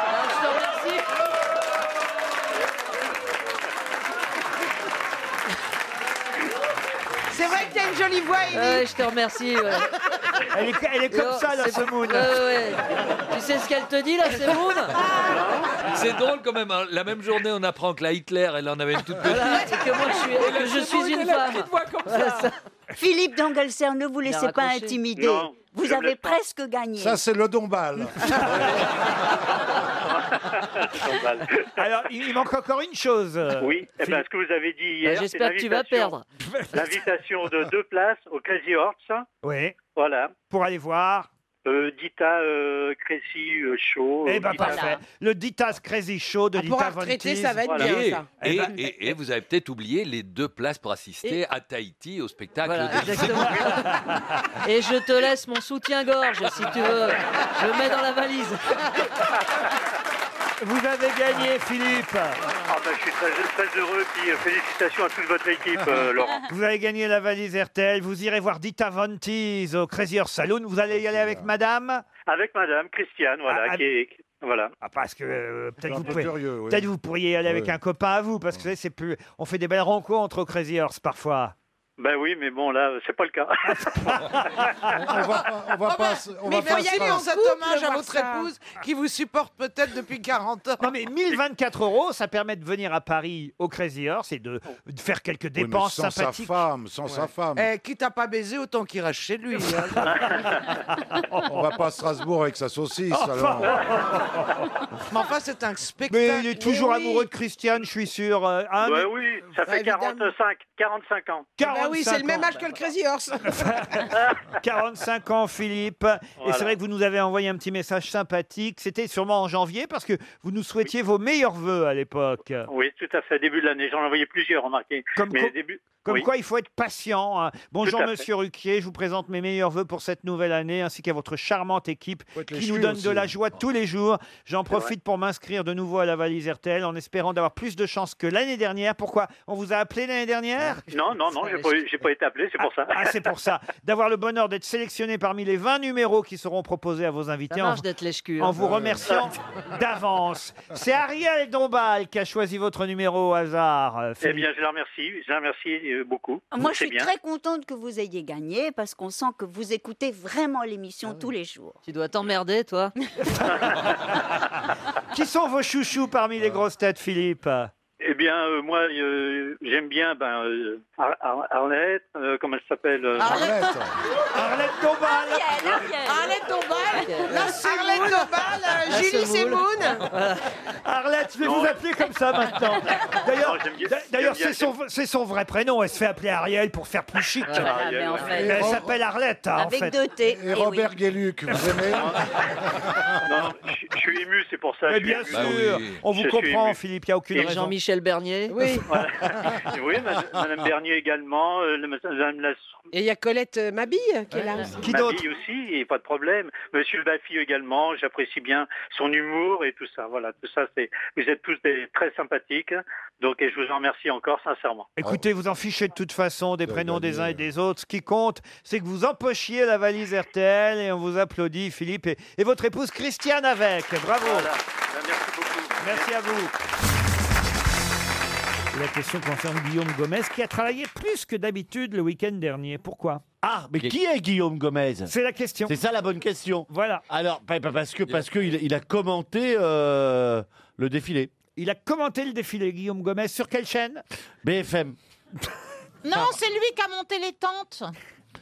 C'est vrai que t'as une jolie voix, Élie. Ouais, je te remercie. ouais. Elle est, elle est comme Et on- ça, la c'est- Semoun. Ouais, ouais. Tu sais ce qu'elle te dit, la Semoun C'est drôle quand même. hein. La même journée, on apprend que la Hitler, elle en avait une toute petite. Voilà, et que moi, je suis, Et la que je Semoun, suis une elle a une femme. petite voix comme Voilà, ça. Philippe Dangelser, ne vous laissez pas raccroché. intimider. Non, je vous me avez laisse pas. presque gagné. Ça, c'est le dombal. Alors, il il manque encore une chose. Oui, eh ben, ce que vous avez dit hier. c'est Bah, J'espère que tu vas l'invitation- perdre. L'invitation de deux places au Crazy Horse. Oui, Voilà. pour aller voir. Euh, Dita euh, Crécy euh, Show. Eh ben Dita- parfait. Le Ditas Crazy Show de Ah, pour Dita ben, un retraité, Vontis. ça va être Voilà. bien, Et, ça. Eh et- et- et vous avez peut-être oublié les deux places pour assister à Tahiti au spectacle. Voilà, de- exactement. Et je te laisse mon soutien-gorge, si tu veux. Je le mets dans la valise. Vous avez gagné, Philippe. Ah ben, je suis très, très heureux. Puis euh, félicitations à toute votre équipe, euh, Laurent. Vous avez gagné la valise RTL. Vous irez voir Dita Vontis au Crazy Horse Saloon. Vous allez y aller avec madame Avec Madame Christiane, voilà. Ah, ah, qui est- qui- voilà. parce que euh, Peut-être vous, peu pouvez- curieux, oui. peut-être vous pourriez y aller avec Ouais. un copain à vous, parce que vous savez, c'est plus. On fait des belles rencontres au Crazy Horse parfois. Ben oui, mais bon, là, c'est pas le cas. On va pas, on va pas, se- on Ah bah, Mais va il faut pas y se- aller en se- cet hommage à voir votre ça. épouse qui vous supporte peut-être depuis 40 ans. Non mais 1024 euros, ça permet de venir à Paris au Crazy Horse et de, de faire quelques Oui, mais dépenses sans sympathiques. sa femme, sans Oh, sa femme. Eh, qui t'a pas baisé, autant qu'il reste chez lui. hein. On va pas à Strasbourg avec sa saucisse, alors. Mais enfin, c'est un spectacle. Mais il est toujours Oui, oui. amoureux de Christiane, je suis sûr. euh, hein, Ouais, mais- oui, ça Bah, fait évidemment. 45, 45 ans. Bah oui, c'est le 45 même ans. âge que le Crazy Horse. 45 ans, Philippe. Et c'est vrai que vous nous avez envoyé un petit message sympathique. C'était sûrement en janvier parce que vous nous souhaitiez vos meilleurs voeux à l'époque. Oui, tout à fait. Début de l'année, j'en ai envoyé plusieurs, remarquez. Comme mais quoi- début, Comme Oui. quoi, il faut être patient. hein. Bonjour, à fait. monsieur Ruquier. Je vous présente mes meilleurs voeux pour cette nouvelle année, ainsi qu'à votre charmante équipe être les qui nous cheveux donne aussi, de la hein. joie tous les jours. J'en C'est vrai. profite pour m'inscrire de nouveau à la valise RTL en espérant d'avoir plus de chance que l'année dernière. Pourquoi On vous a appelé l'année dernière Non, non, non, j'ai pas, eu- j'ai pas été appelé, c'est pour ça. ah, c'est pour ça. D'avoir le bonheur d'être sélectionné parmi les 20 numéros qui seront proposés à vos invités. Ça marche en- d'être lèche-cul, hein. En vous remerciant Euh. d'avance. C'est Ariel Dombal qui a choisi votre numéro au hasard. euh, Eh Félix. bien, je la remercie, je la remercie euh, beaucoup. Ah, Moi, je C'est suis bien. très contente que vous ayez gagné parce qu'on sent que vous écoutez vraiment Ah l'émission tous les jours. Tu dois t'emmerder, toi. Qui sont vos chouchous parmi Euh. les grosses têtes, Philippe Eh bien, euh, moi, euh, j'aime bien ben, euh, Ar- Ar- Arlette, euh, comment elle s'appelle euh, Arlette Dombal Arlette Dombal La Arlette Dombal Ah, euh, La Julie semoule. Semoun Arlette, je vais vous appeler comme ça maintenant. D'ailleurs, d'a- d'ailleurs, c'est son, c'est son vrai prénom. Elle se fait appeler Ariel pour faire plus chic. Voilà, Ariel, mais en ouais. fait- elle s'appelle Arlette. hein, en Avec fait. deux T. Eh Et Robert Guéluc, vous aimez Non, je je suis ému, c'est pour ça. Mais je bien suis sûr, ému. Bah on vous Je suis comprend, ému. Philippe, il n'y a aucune Et raison. Jean-Michel Bernier. Oui. Oui, madame, madame Bernier également, euh, madame Lassou. Et il y a Colette euh, Mabille qui est là aussi. Ma fille aussi, et pas de problème. Monsieur Baffy également, j'apprécie bien son humour et tout ça. Voilà, tout ça, c'est. Vous êtes tous des- très sympathiques, donc et je vous en remercie encore sincèrement. Écoutez, vous en fichez de toute façon des prénoms des uns et des autres. Ce qui compte, c'est que vous empochiez la valise RTL et on vous applaudit, Philippe, et, et votre épouse Christiane avec. Bravo. Voilà. Ben, Merci beaucoup. Merci à vous. La question concerne Guillaume Gomez qui a travaillé plus que d'habitude le week-end dernier. Pourquoi Ah, mais qui est Guillaume Gomez C'est la question. C'est ça la bonne question. Voilà. Alors, pa- pa- parce que parce que il, il a commenté euh, le défilé. Il a commenté le défilé, Guillaume Gomez. Sur quelle chaîne BFM. Non, c'est lui qui a monté les tentes.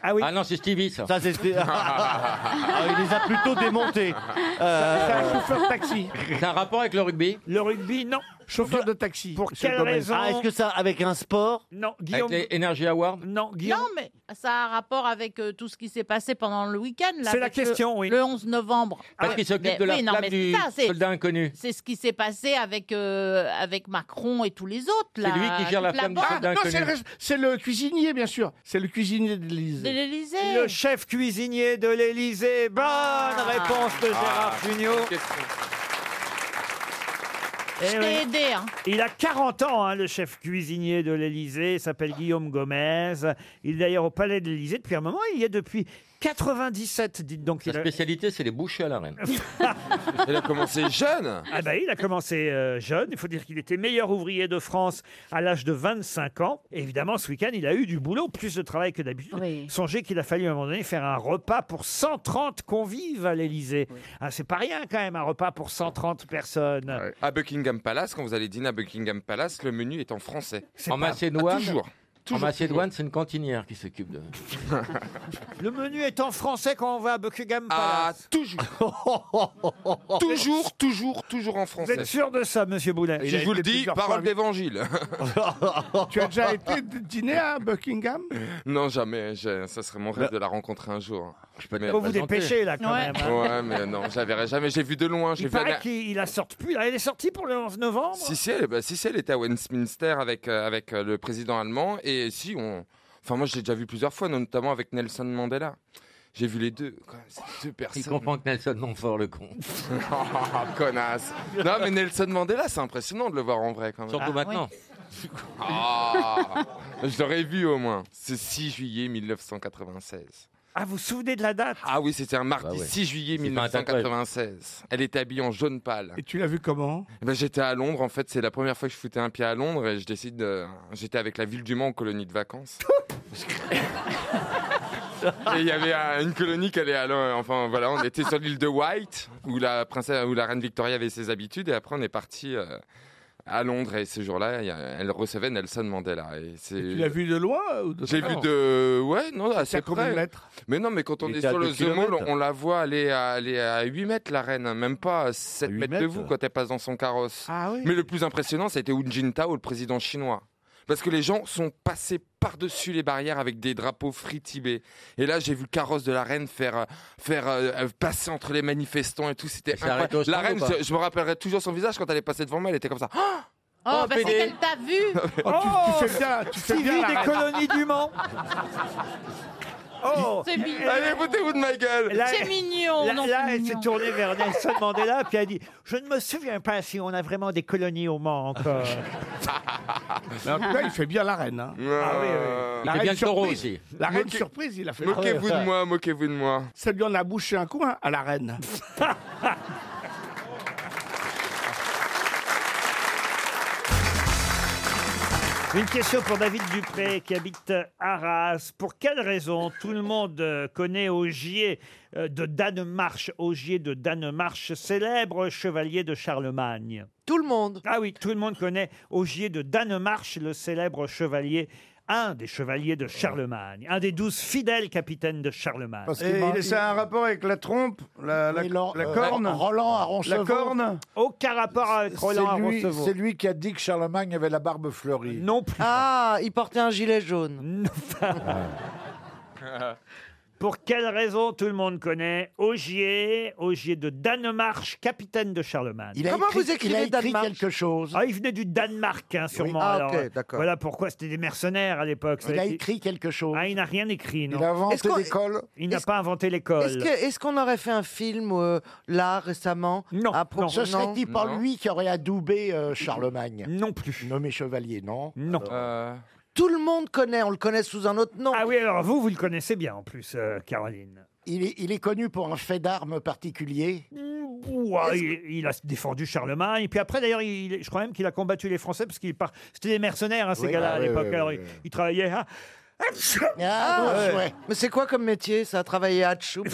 Ah oui. Ah non, c'est Stevie, ça. Ça, c'est Stevie. Ah, il les a plutôt démontés. Euh, taxi. C'est un rapport avec le rugby Le rugby, non. Chauffeur de taxi. Pour quelle raison Ah, est-ce que ça avec un sport Non, Avec les Energy Awards Non, Non, mais ça a un rapport avec euh, tout ce qui s'est passé pendant le week-end. là, C'est la avec le- question, oui. Le 11 novembre. Parce Ah, qu'il s'occupe mais- de la oui, non, flamme mais du c'est ça, c'est- soldat inconnu. C'est ce qui s'est passé avec, euh, avec Macron et tous les autres. C'est là, euh, lui qui gère la toute flamme du Ah, bande. soldat Non, c'est le, res- c'est le cuisinier, bien sûr. C'est le cuisinier de De l'Élysée. l'Élysée. Le chef cuisinier de l'Élysée. Bonne Ah. réponse de Gérard Jugnot. Eh oui. Je t'ai aidé. hein. Il a 40 ans, hein, le chef cuisinier de l'Élysée. Il s'appelle Guillaume Gomez. Il est d'ailleurs au palais de l'Élysée depuis un moment. Il y est depuis 97, dites donc. Sa Il a, spécialité, c'est les bouchées à la reine. il a commencé jeune. Ah bah, il a commencé euh, jeune. Il faut dire qu'il était meilleur ouvrier de France à l'âge de 25 ans. Et évidemment, ce week-end, il a eu du boulot, plus de travail que d'habitude. Songez qu'il a fallu à un moment donné faire un repas pour 130 convives à l'Élysée. Ah, c'est pas rien quand même, un repas pour 130 personnes. À Buckingham Palace, quand vous allez dîner à Buckingham Palace, le menu est en français. En Macédoine, Ah, toujours. en Toujours, Macédoine, c'est une cantinière qui s'occupe de. Le menu est en français quand on va à Buckingham Palace. toujours. toujours, toujours, toujours en Vous français. êtes sûr de ça, monsieur Boulet Je vous le dis, parole d'évangile. Tu as déjà été d- dîner à Buckingham non, jamais. j'ai- Ça serait mon rêve de la rencontrer un jour. Bah- Je peux Faut vous dépêcher, là, quand Ouais. même, hein. Ouais, mais non, je la verrai jamais. J'ai vu de loin. j'ai Il vu paraît la- qu'il il la sort plus. là. Elle est sortie pour le 11 novembre. Si si, elle, bah, si, si, elle était à Westminster avec, euh, avec euh, le président allemand. Et si, on. Enfin, moi, je l'ai déjà vu plusieurs fois, notamment avec Nelson Mandela. J'ai vu les deux. Quand même, c'est deux personnes. Il comprend que Nelson Montfort, le con. Oh, connasse. Non, mais Nelson Mandela, c'est impressionnant de le voir en vrai quand même. Surtout Ah, maintenant. Ah, je l'aurais vu au moins. C'est 6 juillet 1996. Ah, vous vous souvenez de la date Ah oui, c'était un mardi Bah ouais. 6 juillet C'est pas un tatouage. 1996. Elle était habillée en jaune pâle. Et tu l'as vu comment Eh ben, j'étais à Londres, en fait, c'est la première fois que je foutais un pied à Londres et je décide. de- J'étais avec la ville du Mans en colonie de vacances. Et il y avait euh, une colonie qui allait à l'un- Enfin, voilà, on était sur l'île de White où la, princesse, où la reine Victoria avait ses habitudes et après on est parti. euh, à Londres, et ce jour-là, il y a- elle recevait Nelson Mandela. Et c'est... Tu l'as vu de loin Oh, euh, ou de J'ai près vu de. Ouais, non, assez combien de près. mètres Mais non, mais quand on Il est était à sur deux le The Mall, kilomètres. on la voit aller à, aller à 8 mètres, la reine. hein, Même pas à 7 mètres, de vous quand elle passe dans son carrosse. Ah Mais le plus impressionnant, ça a été Hu Jintao, le président chinois. Parce que les gens sont passés par-dessus les barrières avec des drapeaux free Tibet. Et là, j'ai vu le carrosse de la reine faire, euh, faire euh, euh, passer entre les manifestants et tout. C'était s'est arrêtée au incroyable. stand La reine, ou pas je, je me rappellerai toujours son visage quand elle est passée devant moi, elle était comme ça. Ah Oh, Oh, parce PD. qu'elle t'a vu Oh, tu- tu fais bien, tu fais bien, la des Ah, reine. colonies du Mans. Oh C'est mignon. Allez, foutez-vous de ma gueule C'est mignon, Là, non, là, c'est elle s'est mignon. tournée vers Nelson Mandela, puis elle a dit « Je ne me souviens pas si on a vraiment des colonies au Mans encore. Mais en tout cas, il fait bien la reine. Hein. Ah oui, oui. La Il fait bien reine le taureau surprise. aussi. La reine Moquez- surprise, il a fait la Moquez-vous de moi, moquez-vous de moi. Ça lui en a bouché un coin à la reine. Une question pour David Dupré qui habite Arras. Pour quelle raison tout le monde euh, connaît Augier euh, de Danemark, Augier de Danemark, célèbre chevalier de Charlemagne Tout le monde. Ah oui, tout le monde connaît Augier de Danemark, le célèbre chevalier. Un des chevaliers de Charlemagne, un des douze fidèles capitaines de Charlemagne. Et il- c'est un rapport avec la trompe, la, la, la euh, corne. Roland à La Roncevaux. corne. Aucun rapport avec Roland à C'est lui- Roncevaux. C'est lui qui a dit que Charlemagne avait la barbe fleurie. Non plus. Ah, il portait un gilet jaune. Ah. Pour quelle raison tout le monde connaît Augier, Augier de Danemark, capitaine de Charlemagne. Il a Comment écrit- vous écrivez il a écrit Danemark quelque chose. Ah, il venait du Danemark, hein, sûrement. Ah, alors, ok, euh, d'accord. Voilà pourquoi c'était des mercenaires à l'époque. Il a écrit quelque chose. Ah, il n'a rien écrit, non. Il a inventé Est-ce qu'on- l'école. Il n'a est-ce- pas inventé Est-ce l'école. que- est-ce qu'on aurait fait un film euh, là récemment Non. à propos- Ce serait-il par Non. lui qui aurait adoubé euh, Charlemagne Non plus. Nommé chevalier, non Euh, Non. Euh, Tout le monde connaît, on le connaît sous un autre nom. Ah oui, alors vous, vous le connaissez bien en plus, euh, Caroline. Il est, il est connu pour un fait d'armes particulier. Ouah, ah, il, il a défendu Charlemagne. Et puis après, d'ailleurs, il- je crois même qu'il a combattu les Français parce qu'il part. C'était des mercenaires, hein, ces Oui, gars-là, ah à oui, l'époque. oui, alors, oui, ils ils travaillaient. hein. Ah, ouais. ouais. Mais c'est quoi comme métier ça Travailler à Tchoup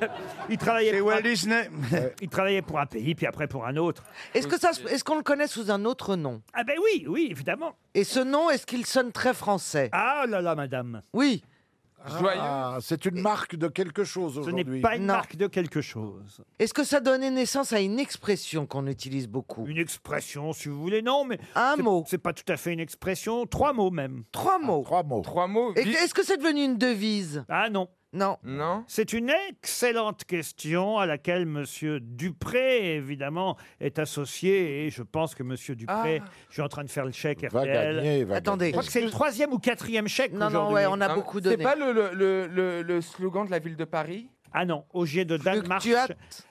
Il travaillait, pour un... il travaillait pour un pays, puis après pour un autre. Est-ce que ça, se- est-ce qu'on le connaît sous un autre nom Ah ben oui, oui, évidemment. Et ce nom, est-ce qu'il sonne très français Ah là là, madame. Oui. Ah, c'est une marque de quelque chose Ce n'est aujourd'hui. pas une Non. marque de quelque chose. Est-ce que ça donnait naissance à une expression qu'on utilise beaucoup Une expression, si vous voulez, non, mais un mot. C'est pas tout à fait une expression. Trois mots même. Trois mots. Ah, trois mots. Trois mots. Et Est-ce que c'est devenu une devise Ah non. Non. Non. C'est une excellente question à laquelle Monsieur Dupré, évidemment, est associé. Et je pense que Monsieur Dupré, Ah. je suis en train de faire le chèque Va RTL. gagner, va Attendez. Je gagner. crois que c'est le troisième ou quatrième chèque Non, non, aujourd'hui. ouais, on a Non, beaucoup C'est donné. pas le, le, le, le- le slogan de la ville de Paris Ah non, Augier de Danemark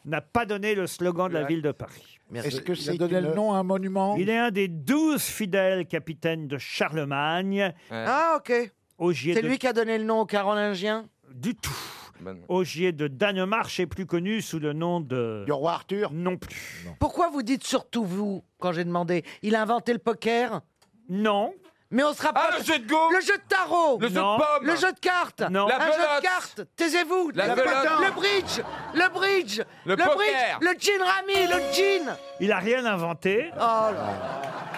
n'a pas donné le slogan de la ville de Paris. Est-ce que c'est le nom à un monument Il est un des douze fidèles capitaines de Charlemagne. Ah, ok. Augier C'est de- lui qui a donné le nom aux Carolingiens Du tout. Augier de Danemark est plus connu sous le nom de... Du roi Arthur Non plus. Pourquoi vous dites surtout vous quand j'ai demandé Il a inventé le poker Non. Mais on se rappelle. Ah, le jeu de go Le jeu de tarot Le jeu de Non. pommes Le jeu de cartes Non. La Un jeu belote de cartes Taisez-vous La le, belote le bridge Le bridge Le bridge poker Le gin rami Le gin Il a rien inventé. Oh là là.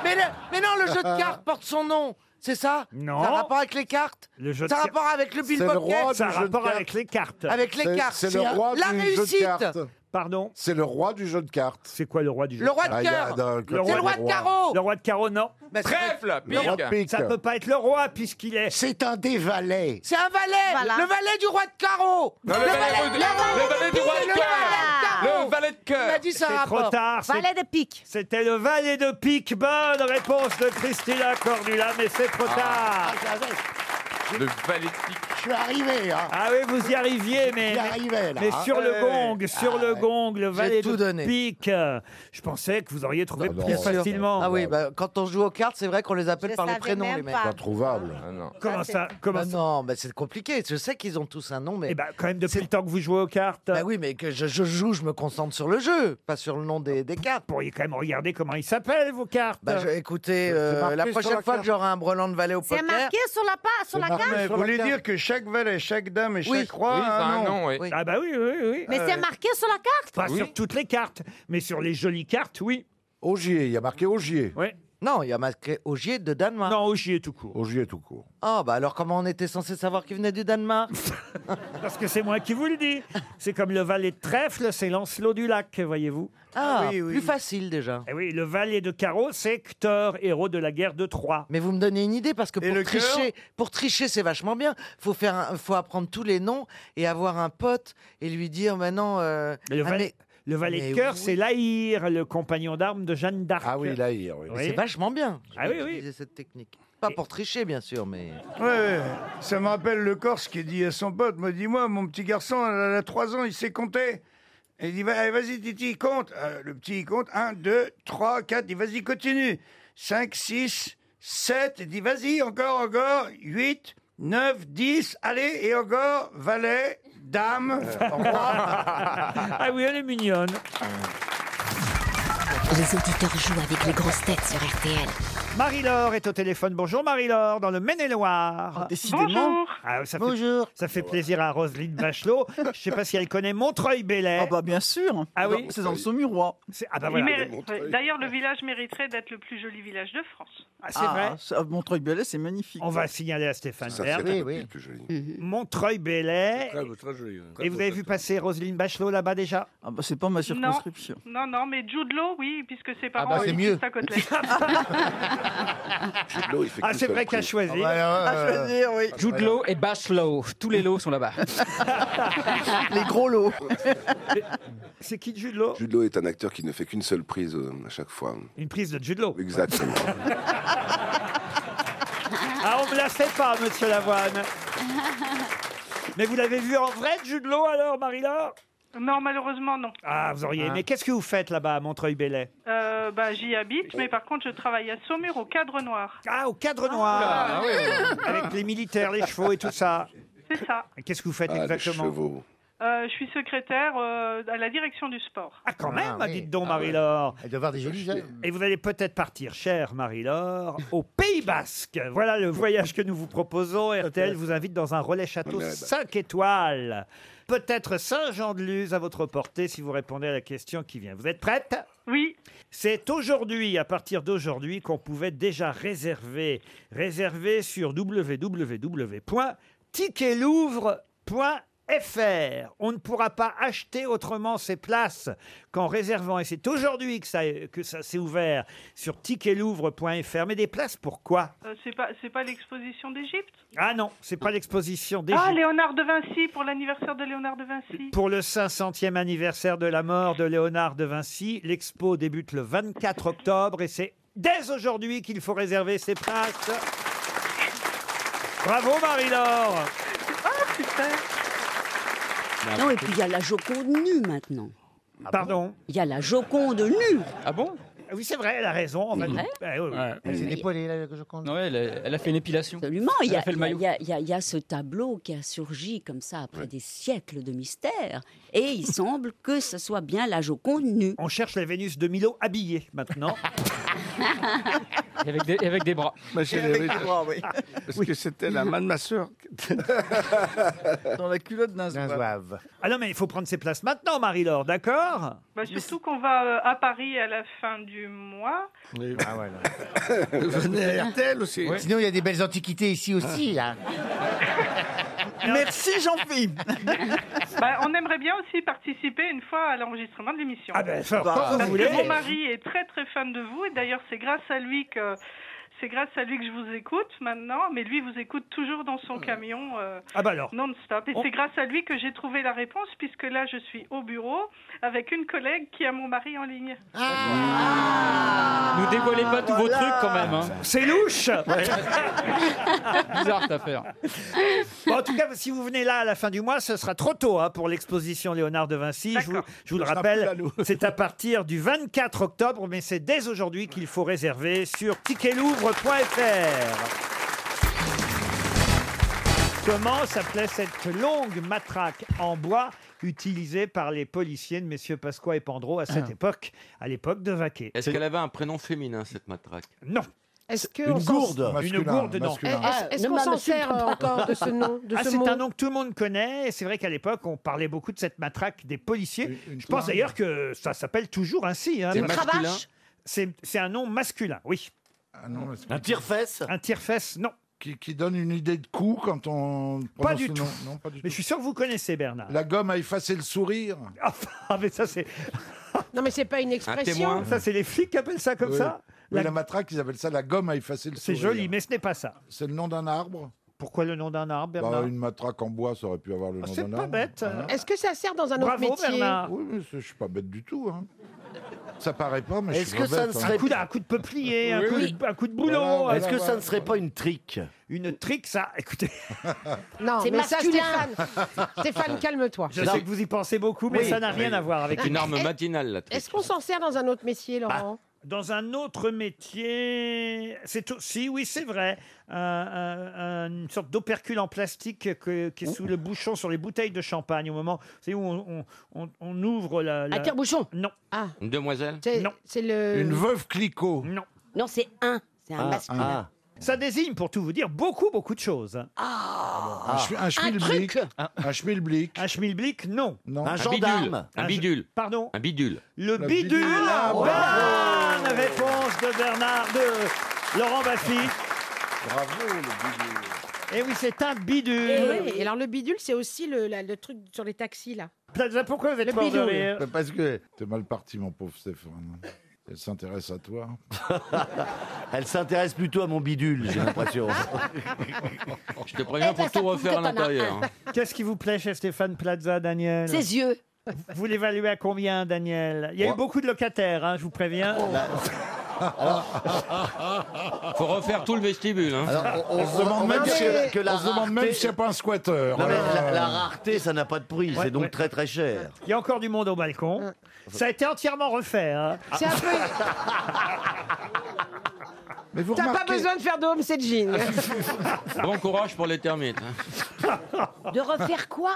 mais, le- mais non, le jeu de cartes porte son nom C'est ça Non. Ça a rapport avec les cartes Le jeu de Ça a car- rapport avec le bill C'est le roi pocket du Ça a jeu de rapport cartes. avec les cartes. Avec les C'est- cartes C'est le roi La du jeu réussite de cartes. Pardon C'est le roi du jeu de cartes. C'est quoi le roi du jeu Le roi de Ah, il y a cœur dans le C'est le roi de carreau Le roi de carreau, non. Bah, c'est- Trèfle Le roi de pique. Ça peut pas être le roi puisqu'il est... C'est un des valets. C'est un valet Voilà. Le valet du roi de carreau Non, le, valet, valet- le valet du roi de Le cœur Le valet valet de Il m'a cœur dit ça C'est trop rapport. tard. c'est- Valet de pique. C'était le valet de pique. Bonne réponse de Christina Cordula, mais c'est trop Ah. tard. Ah, j'avais- Le valet de pique. Je suis arrivé, hein. Ah oui, vous y arriviez, mais, J'y arrivais, là, mais hein. sur le Ah, Ouais, gong, sur eh. le gong, le valet tout de donné. pique. euh, Je pensais que vous auriez trouvé Ah non. plus Bien sûr. facilement. Ah oui, bah, quand on joue aux cartes, c'est vrai qu'on les appelle Je par le savais prénom, même les mecs. pas. Introuvable. Ah non. Comment ça Comment Bah ça non, bah c'est compliqué. Je sais qu'ils ont tous un nom, mais. Eh ben, quand même, depuis le temps que vous jouez aux cartes, Bah oui, mais que je, je joue, je me concentre sur le jeu, pas sur le nom des, des cartes. vous pourriez quand même regarder comment ils s'appellent, vos cartes. Bah je- écoutez, euh, marqué la sur prochaine la fois carte. que j'aurai un brelan de valet au C'est poker. marqué sur la, pa- sur la marqué. carte Mais sur vous la voulez carte. dire que chaque valet, chaque dame et Oui. chaque roi Oui, a ça a un un nom. nom, oui. Oui. Ah bah oui, oui, oui. Mais c'est marqué sur la carte Pas Oui. sur toutes les cartes, mais sur les jolies cartes, oui. Augier, il y a marqué Augier. Ouais. Non, il y a marqué Augier de Danemark. Non, j'y ai tout court. Augier tout court. Ah, bah alors comment on était censé savoir qu'il venait du Danemark Parce que c'est moi qui vous le dis. C'est comme le valet de trèfle, c'est Lancelot du lac, voyez-vous. Ah, oui, oui. plus facile déjà. Et oui, le valet de carreau, c'est Hector, héros de la guerre de Troie. Mais vous me donnez une idée parce que Et pour le cœur tricher, pour tricher, c'est vachement bien. Faut faire, un- faut apprendre tous les noms et avoir un pote et lui dire maintenant. euh, Mais le ah, valet, mais- Le valet Mais de cœur, oui. c'est Laïr, le compagnon d'armes de Jeanne d'Arc. Ah oui, Laïr, oui. Mais C'est vachement bien. Ah oui, oui. Utiliser cette technique. Pas pour tricher, bien sûr, mais. Ouais, ouais. ça me rappelle le Corse qui dit à son pote, me dit moi, mon petit garçon, il a 3 ans, il sait compter. Et il dit, Va- allez, vas-y, Titi, il compte. Euh, le petit, il compte. 1, 2, 3, 4. Il dit, vas-y, continue. 5, 6, 7. Il dit, vas-y, encore, encore. 8, 9, 10. Allez, et encore, valet, dame, roi. Ah oui, elle est mignonne. Les auditeurs jouent avec les grosses têtes sur RTL. Marie-Laure est au téléphone. Bonjour Marie-Laure, dans le Maine-et-Loire. décidément. Bonjour. Ah, ça Bonjour. ça fait plaisir à Roselyne Bachelot. Je ne sais pas si elle connaît Montreuil-Bellay. Ah bah bien sûr. Ah oui. C'est dans le Saumurois. Ah bah voilà. Mais- ouais, D'ailleurs, le village mériterait d'être le plus joli village de France. Ah, c'est vrai. Montreuil-Bellay, c'est magnifique. On va signaler à Stéphane Ça, c'est Bern. Mhm. la Oui, copie oui. plus jolie. Montreuil-Bellay. Très beau, très joli, ouais. Et Très vous beau, avez très vu passer Roselyne Bachelot là-bas déjà Ah bah, c'est pas ma circonscription. Non, non, mais Jude Law, oui, puisque ses parents bah, c'est habitent mieux. juste à côté. Ah, c'est vrai qu'à choisir. Jude Law et Bass Law. Tous les lots sont là-bas. Les gros lots. C'est qui Jude Law Jude Law est un acteur qui ne fait qu'une seule prise euh, à chaque fois. Une prise de Jude Law Exactement. Ah, on ne la fait pas, monsieur Lavoine. Mais vous l'avez vu en vrai, Jude Law, Ah, alors, Marie-Laure Non, malheureusement, non. Ah, vous auriez aimé. Qu'est-ce que vous faites là-bas à Montreuil-Bellay Euh, bah, J'y habite, mais par contre, je travaille à Saumur, au cadre noir. Ah, au cadre noir Ah, Ah. Avec les militaires, les chevaux et tout ça. C'est ça. Qu'est-ce que vous faites Ah, les exactement chevaux. Euh, je suis secrétaire euh, à la direction du sport. Ah, quand même, oui. dites donc, Ah, ouais. Marie-Laure. Elle doit avoir des jolies ailes. Et vous allez peut-être partir, chère Marie-Laure, au Pays Basque. Voilà le voyage que nous vous proposons. RTL vous invite dans un relais château Ouais, bah. 5 étoiles. Peut-être Saint-Jean-de-Luz à votre portée si vous répondez à la question qui vient. Vous êtes prête Oui. C'est aujourd'hui, à partir d'aujourd'hui, qu'on pouvait déjà réserver. Réserver sur www.ticketlouvre.fr. On ne pourra pas acheter autrement ces places qu'en réservant. Et c'est aujourd'hui que ça, que ça s'est ouvert sur ticketlouvre.fr. Mais des places pourquoi Euh, c'est pas, c'est pas l'exposition d'Égypte Ah non, c'est pas l'exposition des Ah, Léonard de Vinci, pour l'anniversaire de Léonard de Vinci. Pour le 500e anniversaire de la mort de Léonard de Vinci, l'expo débute le 24 octobre et c'est dès aujourd'hui qu'il faut réserver ses places. Bravo Marie-Laure Ah, Non, et puis il y a la Joconde nue maintenant. Pardon Il y a la Joconde nue. Ah bon Oui, c'est vrai, elle a raison. en fait. Eh Ouais, ouais, ouais. Non, elle, a- elle a fait une épilation. Absolument, il Elle y, a a, fait le maillot. il y a- il y a- il y a ce tableau qui a surgi comme ça après des siècles de mystère. Et il semble que ce soit bien la Joconde nue. On cherche la Vénus de Milo habillée maintenant. Et avec, des, et avec des bras. Ma chérie, oui. Ah Parce que c'était la main de ma sœur. Dans la culotte d'un zouave. Ah non, mais il faut prendre ses places maintenant, Marie-Laure, d'accord Bah, surtout qu'on va euh, à Paris à la fin du mois. Ah ouais, Venez à RTL aussi. Sinon, il y a des belles antiquités ici aussi. là. Merci Jean-Philippe. Bah, on aimerait bien aussi participer une fois à l'enregistrement de l'émission. Ah ben, enfin, quand vous Parce que voulez. mon mari est très très fan de vous et d'ailleurs c'est grâce à lui que c'est grâce à lui que je vous écoute maintenant, mais lui vous écoute toujours dans son camion euh, Ah bah alors. non-stop. Et On- c'est grâce à lui que j'ai trouvé la réponse puisque là je suis au bureau avec une collègue qui a mon mari en ligne. Nous dévoilez pas tous vos trucs quand même. hein. C'est louche Bizarre cette affaire. Bon, en tout cas, si vous venez là à la fin du mois, ce sera trop tôt hein, pour l'exposition Léonard de Vinci. Je vous, je vous le Ce sera plus là, rappelle, nous. c'est à partir du 24 octobre, mais c'est dès aujourd'hui qu'il faut réserver sur ticketlouvre.fr. Comment s'appelait cette longue matraque en bois utilisée par les policiers de messieurs Pasqua et Pandro à Ah. cette époque, à l'époque de Vaquet Est-ce qu'elle avait un prénom féminin, cette matraque Non. Est-ce que Une on s'en- gourde. Une gourde, non. Ah, Eh, Est-ce ne qu'on m'a- s'en monsieur- sert encore de ce nom, de Ah, ce c'est mot un nom que tout le monde connaît. et C'est vrai qu'à l'époque, on parlait beaucoup de cette matraque des policiers. Je pense toile. d'ailleurs que ça s'appelle toujours ainsi. hein, C'est parce- masculin cravache C'est c'est un nom masculin, oui. Ah, Un tire-fesse Un tire-fesse, non. Qui, qui donne une idée de coup quand on. Pas prononce du, le tout. nom. Non, pas du Mais je suis sûr que vous connaissez, Bernard. La gomme à effacer le sourire. Ah, mais ça, c'est. Non, mais c'est pas une expression. Ça, c'est les flics qui appellent ça comme Oui. ça Oui, La- la matraque, ils appellent ça la gomme à effacer le C'est sourire. joli, mais ce n'est pas ça. C'est le nom d'un arbre Pourquoi le nom d'un arbre, Bah, Bernard Ah, une matraque en bois, ça aurait pu avoir le nom c'est d'un pas arbre. bête. Hein Est-ce que ça sert dans un autre Bravo, métier Bernard. Oui, mais c'est- je suis pas bête du tout. hein. Ça paraît pas, mais je Est-ce suis que pas ça bête, ne hein. serait Un coup de- un coup de peuplier, un Oui, coup de- oui. un coup de boulot, Voilà, voilà, Est-ce que ça voilà. ne serait pas une trique Une trique, ça, écoutez. Non, C'est mais ça, masculin. Stéphane, Stéphane calme-toi. Je sais que vous y pensez beaucoup, mais Oui. ça n'a rien Oui. à voir avec C'est une arme matinale, la trique. Est-ce qu'on s'en sert dans un autre métier, Bah, Laurent Dans un autre métier, c'est tout. Si, oui, c'est vrai. Un- un- un- une sorte d'opercule en plastique que- qui est sous le bouchon sur les bouteilles de champagne au moment vous savez, où on, on- on- on ouvre la. la... Un tire-bouchon Non. Ah. Une demoiselle C'est c'est euh, le. Clicot Non. Non, c'est un. C'est un masculin. Ah. Ça désigne, pour tout vous dire, beaucoup, beaucoup de choses. Un sch- un Un schmilblick. truc. Un, schmilblick. Un schmilblick, non. Un gendarme. Un ju- bidule. Pardon Un bidule. Le bidule. Ah, la bravo. bonne réponse de Bernard de Laurent Baffy. Bravo, le bidule. Et eh oui, c'est un bidule. Et, Eh oui, et alors le bidule, c'est aussi le, la- le truc sur les taxis là. Plaza, pourquoi vous êtes euh, Le mort de bidule. rire Bah, Parce que t'es mal parti, mon pauvre Stéphane. Elle s'intéresse à toi. Elle s'intéresse plutôt à mon bidule, j'ai l'impression. Je te Eh préviens ben, pour tout refaire à l'intérieur. hein. Qu'est-ce qui vous plaît chez Stéphane Plaza, Daniel Ah. Ses yeux. Vous l'évaluez à combien, Daniel Il y a eu beaucoup de locataires, hein, je vous préviens. Faut refaire tout le vestibule. hein. on- on se demande même si- que la rareté- pas un squatteur. Non, mais Alors, la, euh, la rareté, ça n'a pas de prix, Ah. Ouais, c'est donc ouais. très très cher. Il y a encore du monde au balcon. Ça a été entièrement refait. hein. C'est un peu. Mais vous T'as pas besoin de faire de home staging. Bon courage pour les termites. hein. De refaire quoi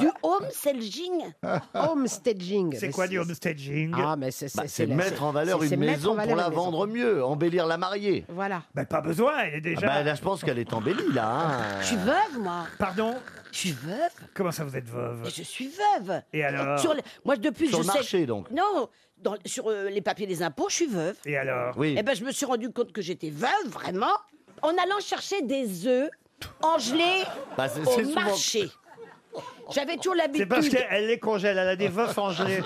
Du home staging home staging. C'est Mais quoi du home staging Ah, mais c'est Bah, c'est la- mettre en c'est- valeur c'est- une c'est mettre en maison pour valeur la une maison. vendre mieux, embellir la mariée. Voilà. Ben, pas besoin, elle est Ah déjà. bah, là, je pense qu'elle est embellie, là. hein. Je suis veuve, moi. Euh, Pardon Je suis veuve. Comment ça, vous êtes veuve Mais Je suis veuve. Et alors Sur le- Moi, depuis Sur que le je sais- marché, donc. Non, dans- sur euh, les papiers des impôts, je suis veuve. Et alors Oui. Eh ben, je me suis rendu compte que j'étais veuve, vraiment, en allant chercher des œufs en gelée Bah, c'est- au c'est souvent- marché. J'avais toujours C'est l'habitude. parce qu'elle les congèle, elle a des veufs en gelée.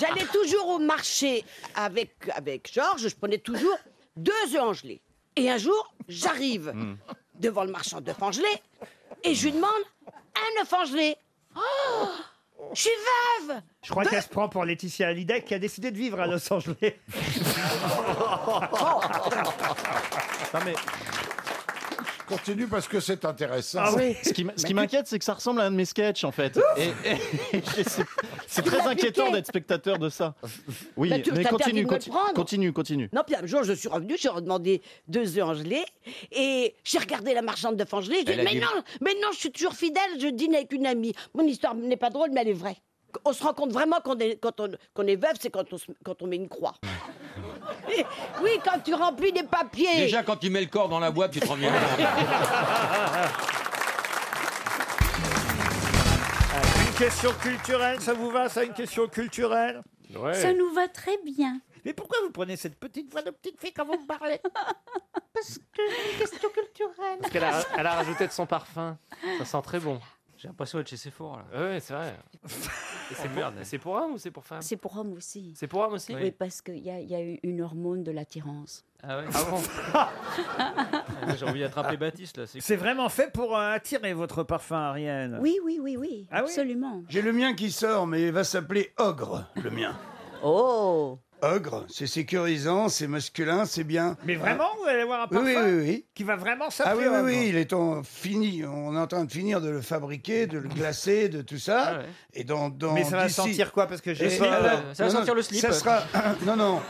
J'allais toujours au marché avec, avec Georges, je prenais toujours deux œufs en gelée. Et un jour, j'arrive Hmm. devant le marchand d'œufs en gelée et je lui demande un œuf en gelée. Oh Je suis veuve Je crois qu'elle se prend pour Laetitia Hallyday qui a décidé de vivre à Los Angeles. Continue parce que c'est intéressant. Ce qui, m- ce qui m'inquiète, c'est que ça ressemble à un de mes sketchs, en fait. Et- et- et c'est- c'est Tu très l'as inquiétant piqué. d'être spectateur de ça. Oui, Bah, tu- mais t'as permis continue, de me le continue, prendre. continue, continue. Non, puis un jour, je suis revenue, j'ai redemandé deux œufs en gelée, et j'ai regardé la marchande de gelée, j'ai Elle dit, a mais dit- non, mais non, je suis toujours fidèle, je dîne avec une amie. Mon histoire n'est pas drôle, mais elle est vraie. On se rend compte vraiment qu'on est, quand on, qu'on est veuve, c'est quand on, se- quand on met une croix. oui, quand tu remplis des papiers. Déjà, quand tu mets le corps dans la boîte, tu te rends bien. Une question culturelle, ça vous va, ça, une question culturelle Ça nous va très bien. Mais pourquoi vous prenez cette petite voix de petite fille quand vous me parlez Parce que c'est une question culturelle. Parce qu'elle a, elle a rajouté de son parfum. Ça sent très bon. J'ai l'impression d'être chez Sephora là. Ouais, ouais, c'est vrai. Et c'est pour, c'est pour homme ou c'est pour femme C'est pour homme aussi. C'est pour homme aussi Oui. Oui, parce qu'il y a, il y a eu une hormone de l'attirance. Ah ouais J'ai envie d'attraper Baptiste là. C'est vraiment fait pour euh, attirer votre parfum, Ariane. Oui, oui, oui, oui, Ah oui absolument. J'ai le mien qui sort, mais il va s'appeler Ogre, le mien. Oh Ogre, c'est sécurisant, c'est masculin, c'est bien. Mais vraiment, vous allez avoir un Oui, parfum oui, oui, oui. qui va vraiment Ah oui, s'appeler oui, Ogre. oui, il est en fini. On est en train de finir de le fabriquer, de le glacer, de tout ça. Ah Et dans, dans Mais ça va d'ici- sentir quoi Parce que j'ai Et- peur. et Ça va non, sentir non, le slip. Ça sera non, non,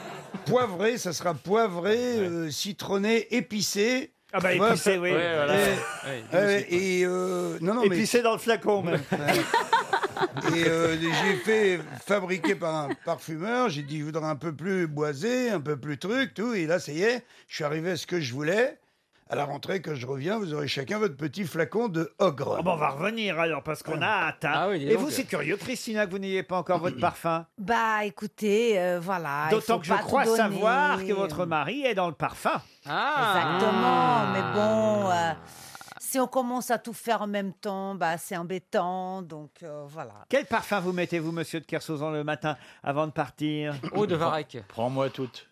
poivré. Ça sera poivré, euh, citronné, épicé. Ah bah, Tu vois, épicé, pas- oui. Ouais, voilà. Et, Ouais, euh, du slip, et, euh, non, non, mais- Épicé dans le flacon, même. et euh, j'ai fait fabriquer par un parfumeur. J'ai dit, je voudrais un peu plus boisé, un peu plus truc, tout. Et là, ça y est, je suis arrivé à ce que je voulais. À la rentrée, quand je reviens, vous aurez chacun votre petit flacon de ogre. Oh, bah, on va revenir alors, parce qu'on a hâte. hein. Ah dis Et donc. vous, c'est curieux, Christina, que vous n'ayez pas encore votre parfum Bah écoutez, euh, voilà. il D'autant faut que je pas crois tout donner. savoir que votre mari est dans le parfum. Ah. Ah. Exactement, mais bon, euh, si on commence à tout faire en même temps, bah c'est embêtant, donc euh, voilà. Quel parfum vous mettez-vous, monsieur de Kersauzon, le matin avant de partir Eau de varech. Prends-moi toute.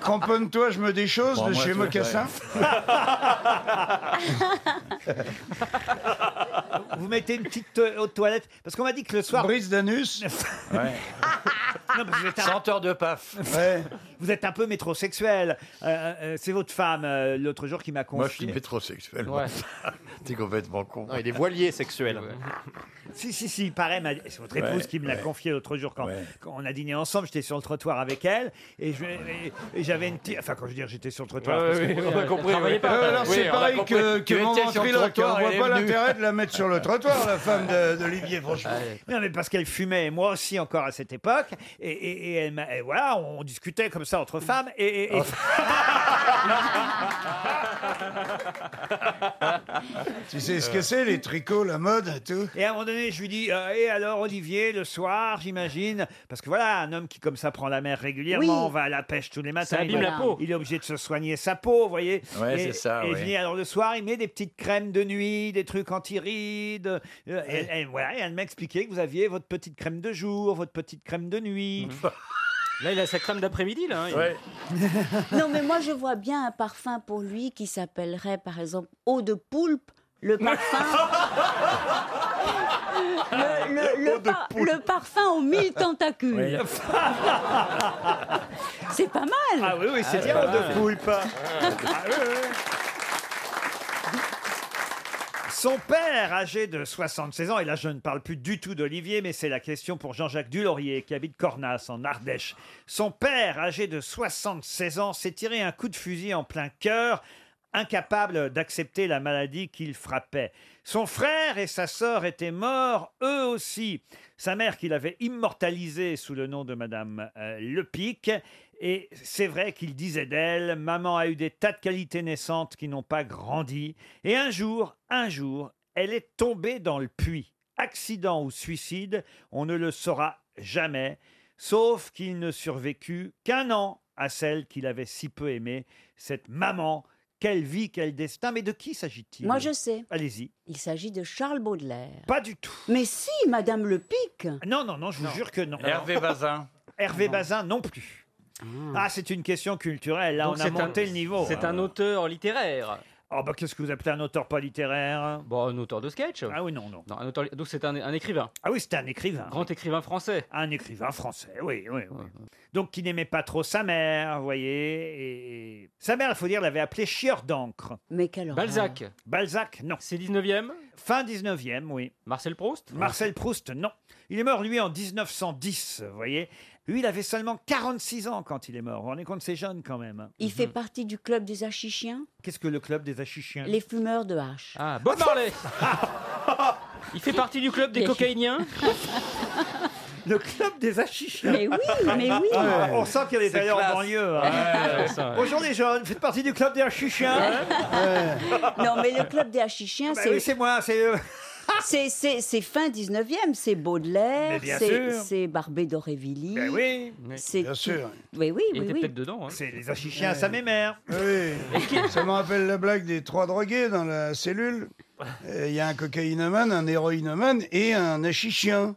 Cramponne-toi, je me des choses Bon, de moi, chez tout, Mocassin. Ah, Vous mettez une petite euh, aux toilettes parce qu'on m'a dit que le soir. Brise d'anus. Senteur de paf. Vous êtes un peu métrosexuel. Euh, euh, c'est votre femme euh, l'autre jour qui m'a confié. Moi, je suis métrosexuel. moi. T'es complètement con. Non, il est voilier sexuel. Si, si, si, il paraît, ma- c'est votre épouse Ouais, qui me l'a ouais. confié l'autre jour quand, quand on a dîné ensemble. J'étais sur le trottoir avec elle et je- et- et j'avais une petite. Enfin, quand je veux dire, j'étais sur le trottoir. Ouais, parce ouais, que- ouais, on a compris, Travaillez ouais. pas. Euh, alors c'est Oui, on a pareil compris. que, Tu que mon étais sur le ventriloque, on trottoir, voit elle pas est venue. l'intérêt de la mettre sur le trottoir, la femme de- d'Olivier, franchement. Non, mais parce qu'elle fumait, et moi aussi encore à cette époque, et, et- et elle m'a- et voilà, on discutait comme ça entre femmes, et, et- et- Oh. Tu sais ce que c'est, les tricots, la mode, et tout Euh. et à un moment donné, je lui dis, euh, et alors Olivier, le soir, j'imagine, parce que voilà, un homme qui comme ça prend la mer régulièrement, Oui. on va à la pêche tous les matins, Ça il, abîme la est- peau. il est obligé de se soigner sa peau, vous voyez. Ouais, et, c'est ça, Et ouais. je dis, alors le soir, il met des petites crèmes de nuit, des trucs anti-rides, euh, et, et voilà, et elle m'a expliqué que vous aviez votre petite crème de jour, votre petite crème de nuit. Là, il a sa crème d'après-midi, là. hein, il- Non, mais moi, je vois bien un parfum pour lui qui s'appellerait, par exemple, eau de poulpe. Le parfum. le, le- le par- le parfum aux mille tentacules. c'est pas mal. Ah oui, oui, c'est Ah, bien pas de mal. poulpe. Ah, Ah Son père, âgé de 76 ans, et là je ne parle plus du tout d'Olivier, mais c'est la question pour Jean-Jacques Dulaurier qui habite Cornas en Ardèche. Son père, âgé de 76 ans, s'est tiré un coup de fusil en plein cœur, incapable d'accepter la maladie qu'il frappait. Son frère et sa sœur étaient morts, eux aussi. Sa mère qu'il avait immortalisée sous le nom de Madame euh, Lepic. Et c'est vrai qu'il disait d'elle, maman a eu des tas de qualités naissantes qui n'ont pas grandi. Et un jour, un jour, elle est tombée dans le puits. Accident ou suicide, on ne le saura jamais, sauf qu'il ne survécut qu'un an à celle qu'il avait si peu aimée, cette maman. Quelle vie, quel destin, mais de qui s'agit-il Moi, je sais. Allez-y. Il s'agit de Charles Baudelaire. Pas du tout. Mais si, Madame Le Pic. Non, non, non, je vous jure que non. Hervé Bazin. Hervé Bazin non plus. Ah, c'est une question culturelle. Là, Donc on a c'est un- monté le niveau. Ah. c'est un auteur littéraire. Oh, bah, qu'est-ce que vous appelez un auteur pas littéraire hein Bon, un auteur de sketch. Ah oui, non, non. un auteur- Donc c'est un, un écrivain. Ah oui, c'était un écrivain. Grand écrivain français. Un écrivain français, oui, oui, oui. Donc, qui n'aimait pas trop sa mère, vous voyez. Et... Sa mère, il faut dire, l'avait appelé chieur d'encre. Mais quelle horreur. Balzac. Balzac, non. C'est 19e Fin 19e, oui. Marcel Proust Marcel Proust, non. Il est mort, lui, en 1910, vous voyez. Lui, il avait seulement 46 ans quand il est mort. Vous vous rendez compte, c'est jeune quand même. hein. Mhm. Il fait partie du club des achichiens, Qu'est-ce que le club des achichiens les fumeurs de hache. Ah, Bob Marley Il fait partie du club des Bien sûr. cocaïniens Le club des achichiens Mais oui, mais oui. Ah, on sent qu'elle est C'est allée en classe. banlieue. Ouais, hein. ouais, ça, ouais. Bonjour les jeunes, faites partie du club des achichiens Non, mais le club des Hachichiens, Bah c'est. oui, c'est moi, c'est eux. C'est, c'est- c'est fin 19e, c'est Mais Baudelaire, bien c'est, sûr. c'est Barbé d'Aurevilly. Eh Ben oui. c'est Bien tout- sûr. Mais oui, Il oui, était oui. peut-être dedans. hein. C'est les achichiens à sa mémère. Oui, ça me rappelle la blague des trois drogués dans la cellule. Euh, Il y a un cocaïnomane, un héroïnomane et un achichien.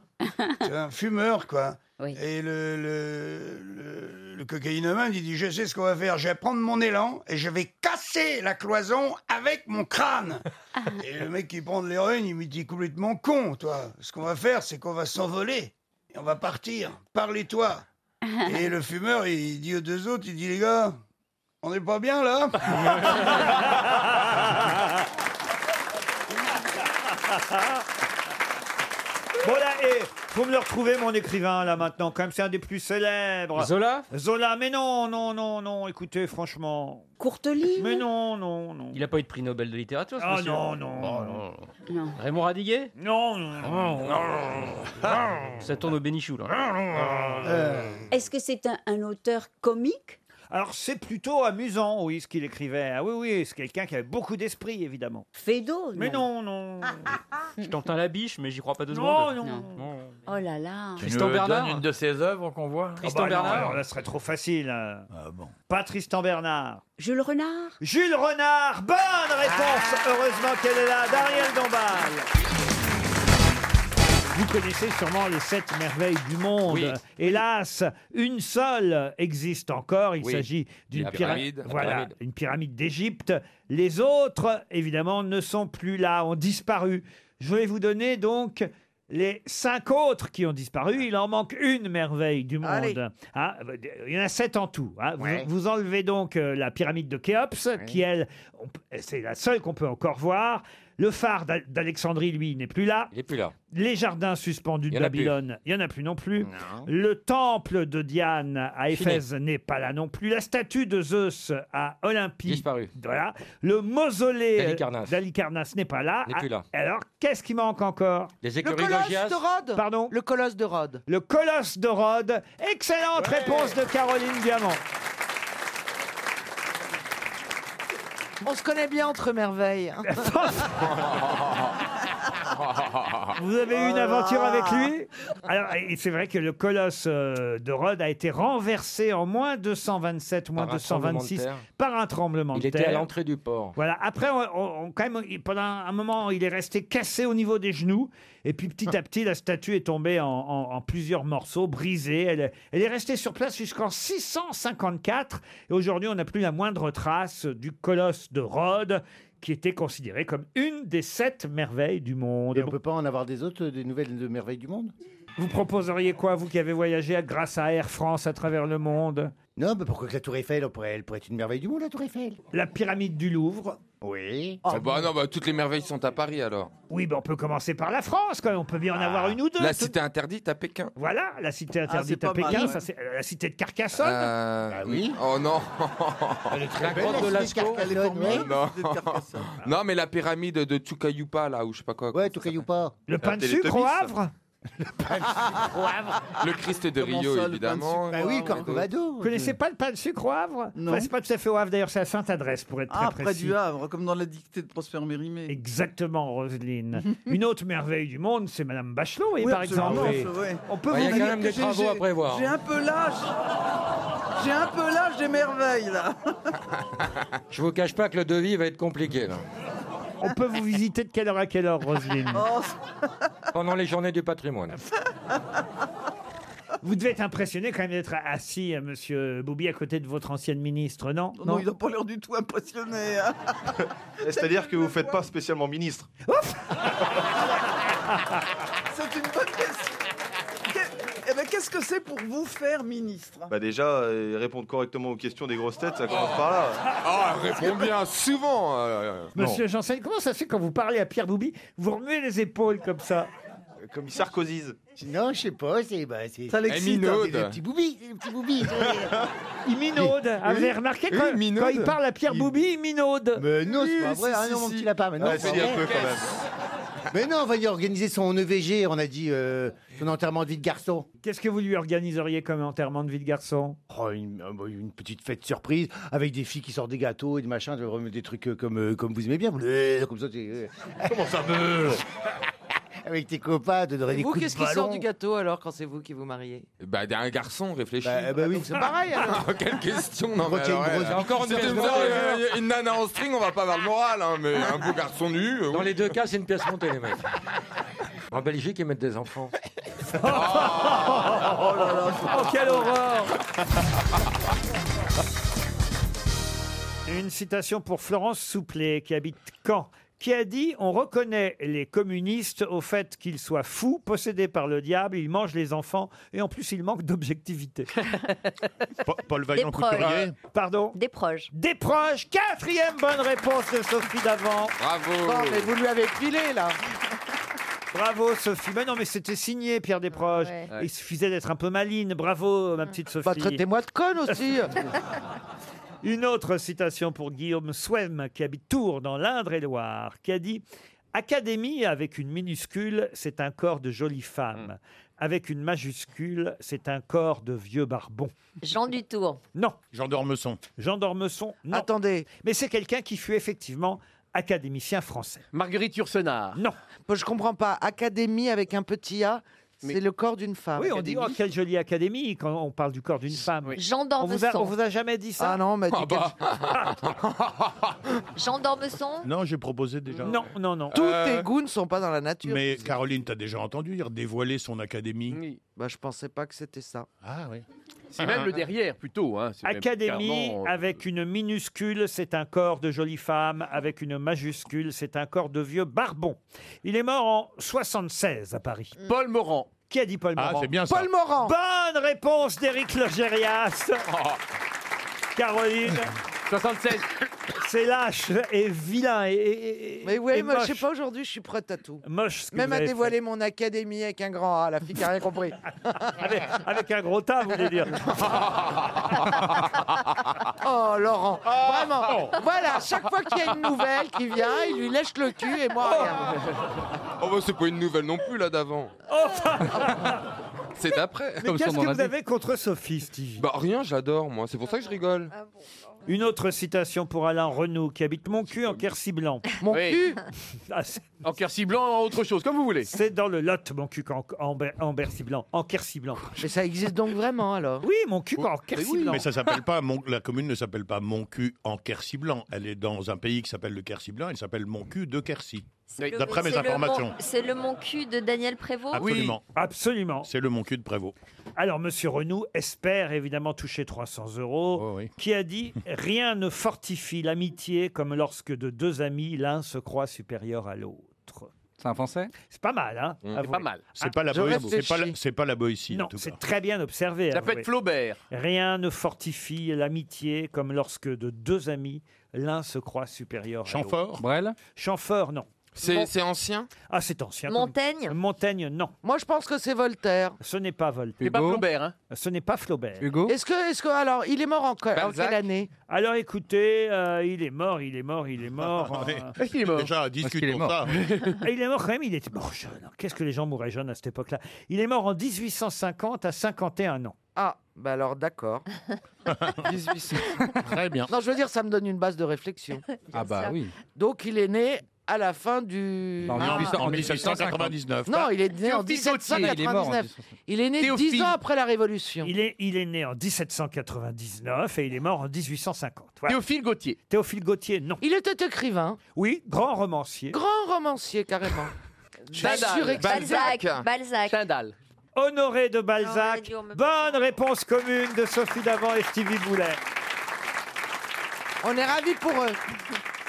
C'est un fumeur, quoi. Et le, le, le- le cocaïnomane, il dit Je sais ce qu'on va faire, je vais prendre mon élan et je vais casser la cloison avec mon crâne. Et le mec qui prend de l'héroïne, il me dit complètement con, toi. Ce qu'on va faire, c'est qu'on va s'envoler et on va partir par les toits. Et le fumeur, il dit aux deux autres, il dit les gars, on n'est pas bien là Bon là, et faut me le retrouver mon écrivain là maintenant, quand même c'est un des plus célèbres. Zola Zola, mais non, non, non, non, écoutez, franchement. Courteline Mais non, non, non. Il n'a pas eu de prix Nobel de littérature, ce Ah monsieur. non, non, Oh, Non. Raymond Radiguet Oh, Non, non, Ça tourne au bénichou, là. Euh. Euh. Euh. Est-ce que c'est un, un auteur comique Alors c'est plutôt amusant, oui, ce qu'il écrivait. Ah oui, oui, c'est quelqu'un qui avait beaucoup d'esprit, évidemment. Fédo Mais non, non. Ah, Je tente un la biche, mais j'y crois pas deux Non, secondes. non. Oh là là. Tristan Bernard Une de ses œuvres qu'on voit. Ah Ah bah non, alors là, ce serait trop facile. hein. Pas Tristan Bernard. Jules Renard Ah. Jules Renard, bonne réponse Heureusement qu'elle est là, d'Ariel Dombal. Vous connaissez sûrement les sept merveilles du monde. Hélas, une seule existe encore. Il Oui. s'agit d'une La pyra- pyramide, la Voilà, pyramide. une pyramide d'Égypte. Les autres, évidemment, ne sont plus là, ont disparu. Je vais vous donner donc les cinq autres qui ont disparu. Il en manque une merveille du monde. Allez. Ah, il y en a sept en tout. hein. Vous- Ouais. Vous, enlevez donc euh, la pyramide de Khéops, qui elle, on peut- c'est la seule qu'on peut encore voir. Le phare d'Al- d'Alexandrie, lui, n'est plus là. Il est plus là. Les jardins suspendus Il y de en a plus. Babylone, il n'y en a plus non plus. Le temple de Diane à Fini. Éphèse n'est pas là non plus. La statue de Zeus à Olympie. Disparu. Voilà. Le mausolée D'Halicarnasse. d'Alicarnas n'est pas là. Ah, N'est plus là. Alors, qu'est-ce qui manque encore Les écuries d'Augias. Rhodes. Pardon Le colosse de Rhodes. Le colosse de Rhodes. Excellente réponse de Caroline Diamant. On se connaît bien entre merveilles. hein. Vous avez eu une aventure Ah. avec lui Alors, et c'est vrai que le colosse euh, de Rhodes a été renversé en moins 227, moins Par un tremblement 226 de terre. par un tremblement Il de terre. était à l'entrée du port. Voilà. Après, on, on- on- quand même, il- pendant un moment, il est resté cassé au niveau des genoux. Et puis, petit à petit, la statue est tombée en, en- en plusieurs morceaux, brisée. Elle, est- elle est restée sur place jusqu'en 654. Et aujourd'hui, on n'a plus la moindre trace du colosse de Rhodes, qui était considéré comme une des sept merveilles du monde. Et on peut pas en avoir des autres, euh, des nouvelles de merveilles du monde Vous proposeriez quoi, vous qui avez voyagé à- grâce à Air France à travers le monde Non, mais pourquoi que la Tour Eiffel, on pourrait- elle pourrait être une merveille du monde, la Tour Eiffel La pyramide du Louvre. Oh. Oui. Ah bah non, bah toutes les merveilles sont à Paris alors. Oui, ben on peut commencer par la France, quand même. On peut bien en avoir une ou deux. Ah. La Tout- cité interdite à Pékin. Voilà, la cité interdite à Pékin, ça, c'est Euh, la cité de Carcassonne. Ah Euh, oui. Oh non. la belle, grotte de la cité de Lascaux. Carcassonne, ouais. Non. non, mais la pyramide de Tukayupa là, ou je sais pas quoi. Ouais, Tukayupa. Le Ah, pain de sucre au Havre Ah, Le Christ de Comment Rio, ça, le pain de évidemment. sucre Bah oui, Corcovado. Vous connaissez pas le pain de sucre au Havre Non. Enfin, c'est pas tout à fait au Havre, d'ailleurs, c'est à Sainte-Adresse, pour être très Ah, près précis. du Havre, comme dans la dictée de Prosper Mérimée. Exactement, Roselyne. Une autre merveille du monde, c'est Madame Bachelot, et Oui, par absolument, exemple. c'est vrai. On peut Bah, vous il y a dire quand même que des j'ai- travaux j'ai- à prévoir. hein, j'ai J'ai un peu l'âge. J'ai un peu l'âge des merveilles, là. Je vous cache pas que le devis va être compliqué là. On peut vous visiter de quelle heure à quelle heure, Roselyne Oh. Pendant les journées du patrimoine. Vous devez être impressionné quand même d'être assis, euh, monsieur Boubi, à côté de votre ancienne ministre, non Non, il n'a pas l'air du tout impressionné. hein. C'est-à-dire que vous ne faites pas spécialement ministre. C'est une bonne question. Que- eh ben, Qu'est-ce que c'est pour vous faire ministre Bah déjà, euh, répondre correctement aux questions des grosses têtes, ça commence par là. Ah, réponds bien, souvent. euh, non. Monsieur Janssen, comment ça se fait quand vous parlez à Pierre Boubi, vous remuez les épaules comme ça Comme il sarcosise. Non, je sais pas, c'est... Bah, c'est... Ça l'excite, Eh, minaude. hein, c'est des petits boubis, des petits boubis. Il minaude. Ah, vous avez remarqué quand, quand il parle à Pierre Boubi, il minaude. Mais non, c'est pas Si, vrai. si, Ah non, si, mon si. petit lapin, mais non, Ouais, c'est si, pas un vrai. peu quand même. Mais non, on va y organiser son EVG, on a dit euh, son enterrement de vie de garçon. Qu'est-ce que vous lui organiseriez comme enterrement de vie de garçon Oh, une, euh, une petite fête surprise avec des filles qui sortent des gâteaux et des machins, des- des trucs euh, comme, euh, comme vous aimez bien. vous le- Comme ça, t'es, euh, comment ça me Avec tes copains, te donner Et des vous, coups qu'est-ce de qui sort du ballon. gâteau alors quand c'est vous qui vous mariez Bah, un garçon réfléchit. Bah, bah oui. C'est pareil alors Quelle question non, mais Retiens une alors, grosse elle- Encore une bite, pièce c'est une grosse montée, euh, Une nana en string, on va pas avoir le moral, hein, mais un beau garçon nu. euh, Dans les deux cas, c'est une pièce montée, les mecs. En Belgique, ils Ah. mettent des enfants. Oh, quelle horreur Une citation pour Florence Souplet, qui habite Caen, qui a dit On reconnaît les communistes au fait qu'ils soient fous, possédés par le diable, ils mangent les enfants, et en plus, ils manquent d'objectivité. Paul Vaillant, Des proches. couturier. Ah. Pardon Des proches. Des proches Quatrième bonne réponse de Sophie Davant. Bravo Non, mais vous lui avez filé, là Bravo Sophie. Mais non, mais c'était signé Pierre Desproges. Ah Il suffisait d'être un peu maline. Bravo Mm. ma petite Sophie. Bah, traitez-moi de conne aussi. Une autre citation pour Guillaume Swem, qui habite Tours, dans l'Indre-et-Loire, qui a dit Académie avec une minuscule, c'est un corps de jolie Mm. femme. Avec une majuscule, c'est un corps de vieux barbon. Jean Dutour. Non. Jean d'Ormesson. Jean d'Ormesson, non. Attendez. Mais c'est quelqu'un qui fut effectivement académicien français. Marguerite Yourcenar. Non. Je comprends pas. Académie avec un petit A, C'est le corps d'une femme. Oui, on dit, oh, quelle jolie académie quand on parle du corps d'une femme. Jean on vous, a, d'Ormesson. on vous a jamais dit ça Ah non, on m'a dit Ah bah. Jean Non, j'ai proposé déjà. Non, non, non. Tous Euh, tes goûts ne sont pas dans la nature. Mais Caroline, t'as déjà entendu dire dévoiler son académie Bah, je pensais pas que c'était ça. Ah oui. C'est même euh, le derrière, plutôt. Hein. C'est même Académie clairement, euh, avec une minuscule, c'est un corps de jolie femme. Avec une majuscule, c'est un corps de vieux barbon. Il est mort en 76 à Paris. Mm. Paul Morand. Qui a dit Paul Ah, Morand c'est bien ça. Paul Morand. Bonne réponse d'Éric Lergérias. Caroline. 76. C'est lâche et vilain et, et- et- Mais ouais, et moi, je moche. sais pas, aujourd'hui, je suis prête à tout. Moche, ce que Même vous à avez dévoiler mon académie avec un grand A, la fille qui a rien compris. Avec, avec un gros tas, vous voulez dire. Oh, Laurent, Oh. vraiment. Voilà, à chaque fois qu'il y a une nouvelle qui vient, il lui lèche le cul et Oh. moi, rien. Oh, bah, c'est pas une nouvelle non plus, là, d'avant. c'est d'après. Mais qu'est-ce que vous avez contre Sophie, Stevie Bah, rien, je l'adore, moi. C'est pour ça que je rigole. Une autre citation pour Alain Renaud qui habite mon cul en Quercy blanc. Mon Oui. cul En Quercy blanc, autre chose, comme vous voulez. C'est dans le Lot, mon cul en, en, Ber- en Bercy blanc, en Quercy blanc. Mais ça existe donc vraiment alors Oui, mon cul Oh, en Quercy blanc. Mais ça s'appelle pas mon- la commune ne s'appelle pas mon cul en Quercy blanc. Elle est dans un pays qui s'appelle le Quercy blanc. Elle s'appelle mon cul de Quercy. Le- D'après mes c'est le informations. mon- C'est le mon cul de Daniel Prévost Absolument. Absolument. C'est le mon cul de Prévost. Alors, Monsieur Renaud espère évidemment toucher 300 euros, Oh qui a dit « Rien ne fortifie l'amitié comme lorsque de deux amis, l'un se croit supérieur à l'autre. » C'est un français C'est pas mal, hein Mmh. C'est avouez. pas mal. C'est pas la Je Boé- réfléchis. c'est pas la- c'est pas la Boétie, en Non, tout cas. c'est très bien observé. Ça peut avouez. être Flaubert. Rien ne fortifie l'amitié comme lorsque de deux amis, l'un se croit supérieur à l'autre. Chamfort Brel Chamfort, non. C'est- Mon- c'est ancien Ah, c'est ancien. Montaigne Montaigne, non. Moi, je pense que c'est Voltaire. Ce n'est pas Voltaire. C'est pas Hugo Flaubert, hein Ce n'est pas Flaubert. Est-ce que, est-ce que, alors, il est mort en, que- en quelle année Alors écoutez, euh, il est mort, il est mort, il est mort. euh. Est-ce qu'il est mort Ah, Déjà, discutons ça. Et il est mort quand même, il était mort jeune. hein. Qu'est-ce que les gens mouraient jeunes à cette époque-là Il est mort en 1850 à 51 ans. Ah, bah alors d'accord. 1800. Très bien. Non, je veux dire, ça me donne une base de réflexion. Ah bah sûr. oui. Donc, il est né à la fin du. En Ah. 1800, en 1799. Non, il est né en Théophile Gautier, il est mort en 1799. 1799. Il est né Théophile. dix ans après la Révolution. Il est, il est né en 1799 et il est mort en 1850. Théophile Gautier. Théophile Gautier, non. Il était écrivain. Oui, grand romancier. Grand romancier, carrément. Balzac. Balzac. Balzac. Honoré de Honoré Balzac. du Homme- Bonne réponse commune de Sophie Davant et Stevie Boulet. On est ravis pour eux.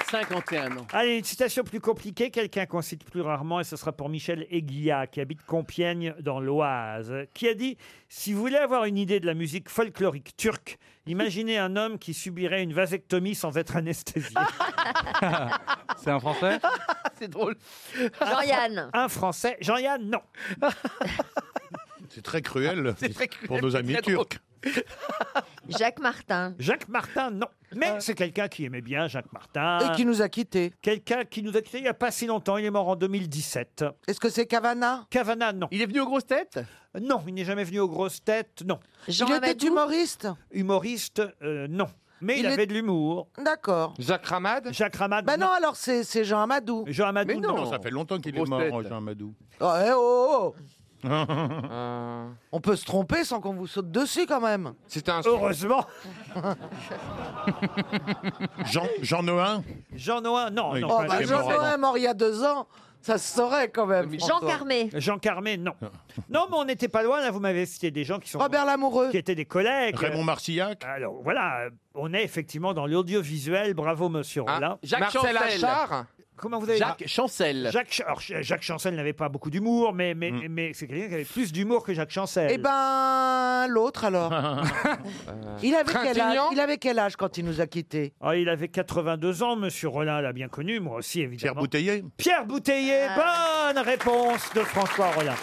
51 ans. Allez, une citation plus compliquée, quelqu'un qu'on cite plus rarement, et ce sera pour Michel Aiguillat, qui habite Compiègne, dans l'Oise, qui a dit « Si vous voulez avoir une idée de la musique folklorique turque, imaginez un homme qui subirait une vasectomie sans être anesthésié. » C'est un Français C'est drôle. Jean-Yann. Un Français. Jean-Yann, non. C'est très cruel pour nos amis turcs. Jacques Martin. Jacques Martin, non. Mais c'est quelqu'un qui aimait bien Jacques Martin. Euh. Et qui nous a quittés. Quelqu'un qui nous a quittés il n'y a pas si longtemps. Il est mort en 2017. Est-ce que c'est Cavana Cavana, non. Il est venu aux grosses têtes Non, il n'est jamais venu aux grosses têtes, non. Jean Il était Amadou humoriste Humoriste, euh, non. Mais il, Il est- avait de l'humour. D'accord. Jacques Ramad Jacques Ramad. Ben non, alors c'est c'est Jean Amadou. Jean Amadou, Mais non. Ça fait longtemps qu'il est Grosse mort, tête. Jean Amadou. Oh, eh, oh, oh, oh. Euh. On peut se tromper sans qu'on vous saute dessus quand même. Oh, C'était un. Heureusement. Jean, Jean Nohain Jean Nohain, non. Oui. non Oh, pas bah, du tout. Jean Jean Noël mort il y a deux ans, ça se saurait quand même. François. Jean Carmé, non. Non, mais on n'était pas loin, là, vous m'avez cité des gens qui sont. Robert Lamoureux. Qui étaient des collègues. Raymond Marcillac Alors voilà, euh, on est effectivement dans l'audiovisuel. Bravo, monsieur Ah, Rollin. Marcel Achard Comment vous avez Jacques Chancel. Jacques, Ch- alors, Ch- Jacques Chancel n'avait pas beaucoup d'humour, mais, mais, mais c'est quelqu'un qui avait plus d'humour que Jacques Chancel. Hmm. Eh ben, l'autre alors. Euh, il, avait quel âge, il avait quel âge quand il nous a quittés Ah, il avait 82 ans, monsieur Rollin l'a bien connu, moi aussi évidemment. Pierre Bouteiller Ah. Pierre Bouteiller, bonne réponse de François Rollin.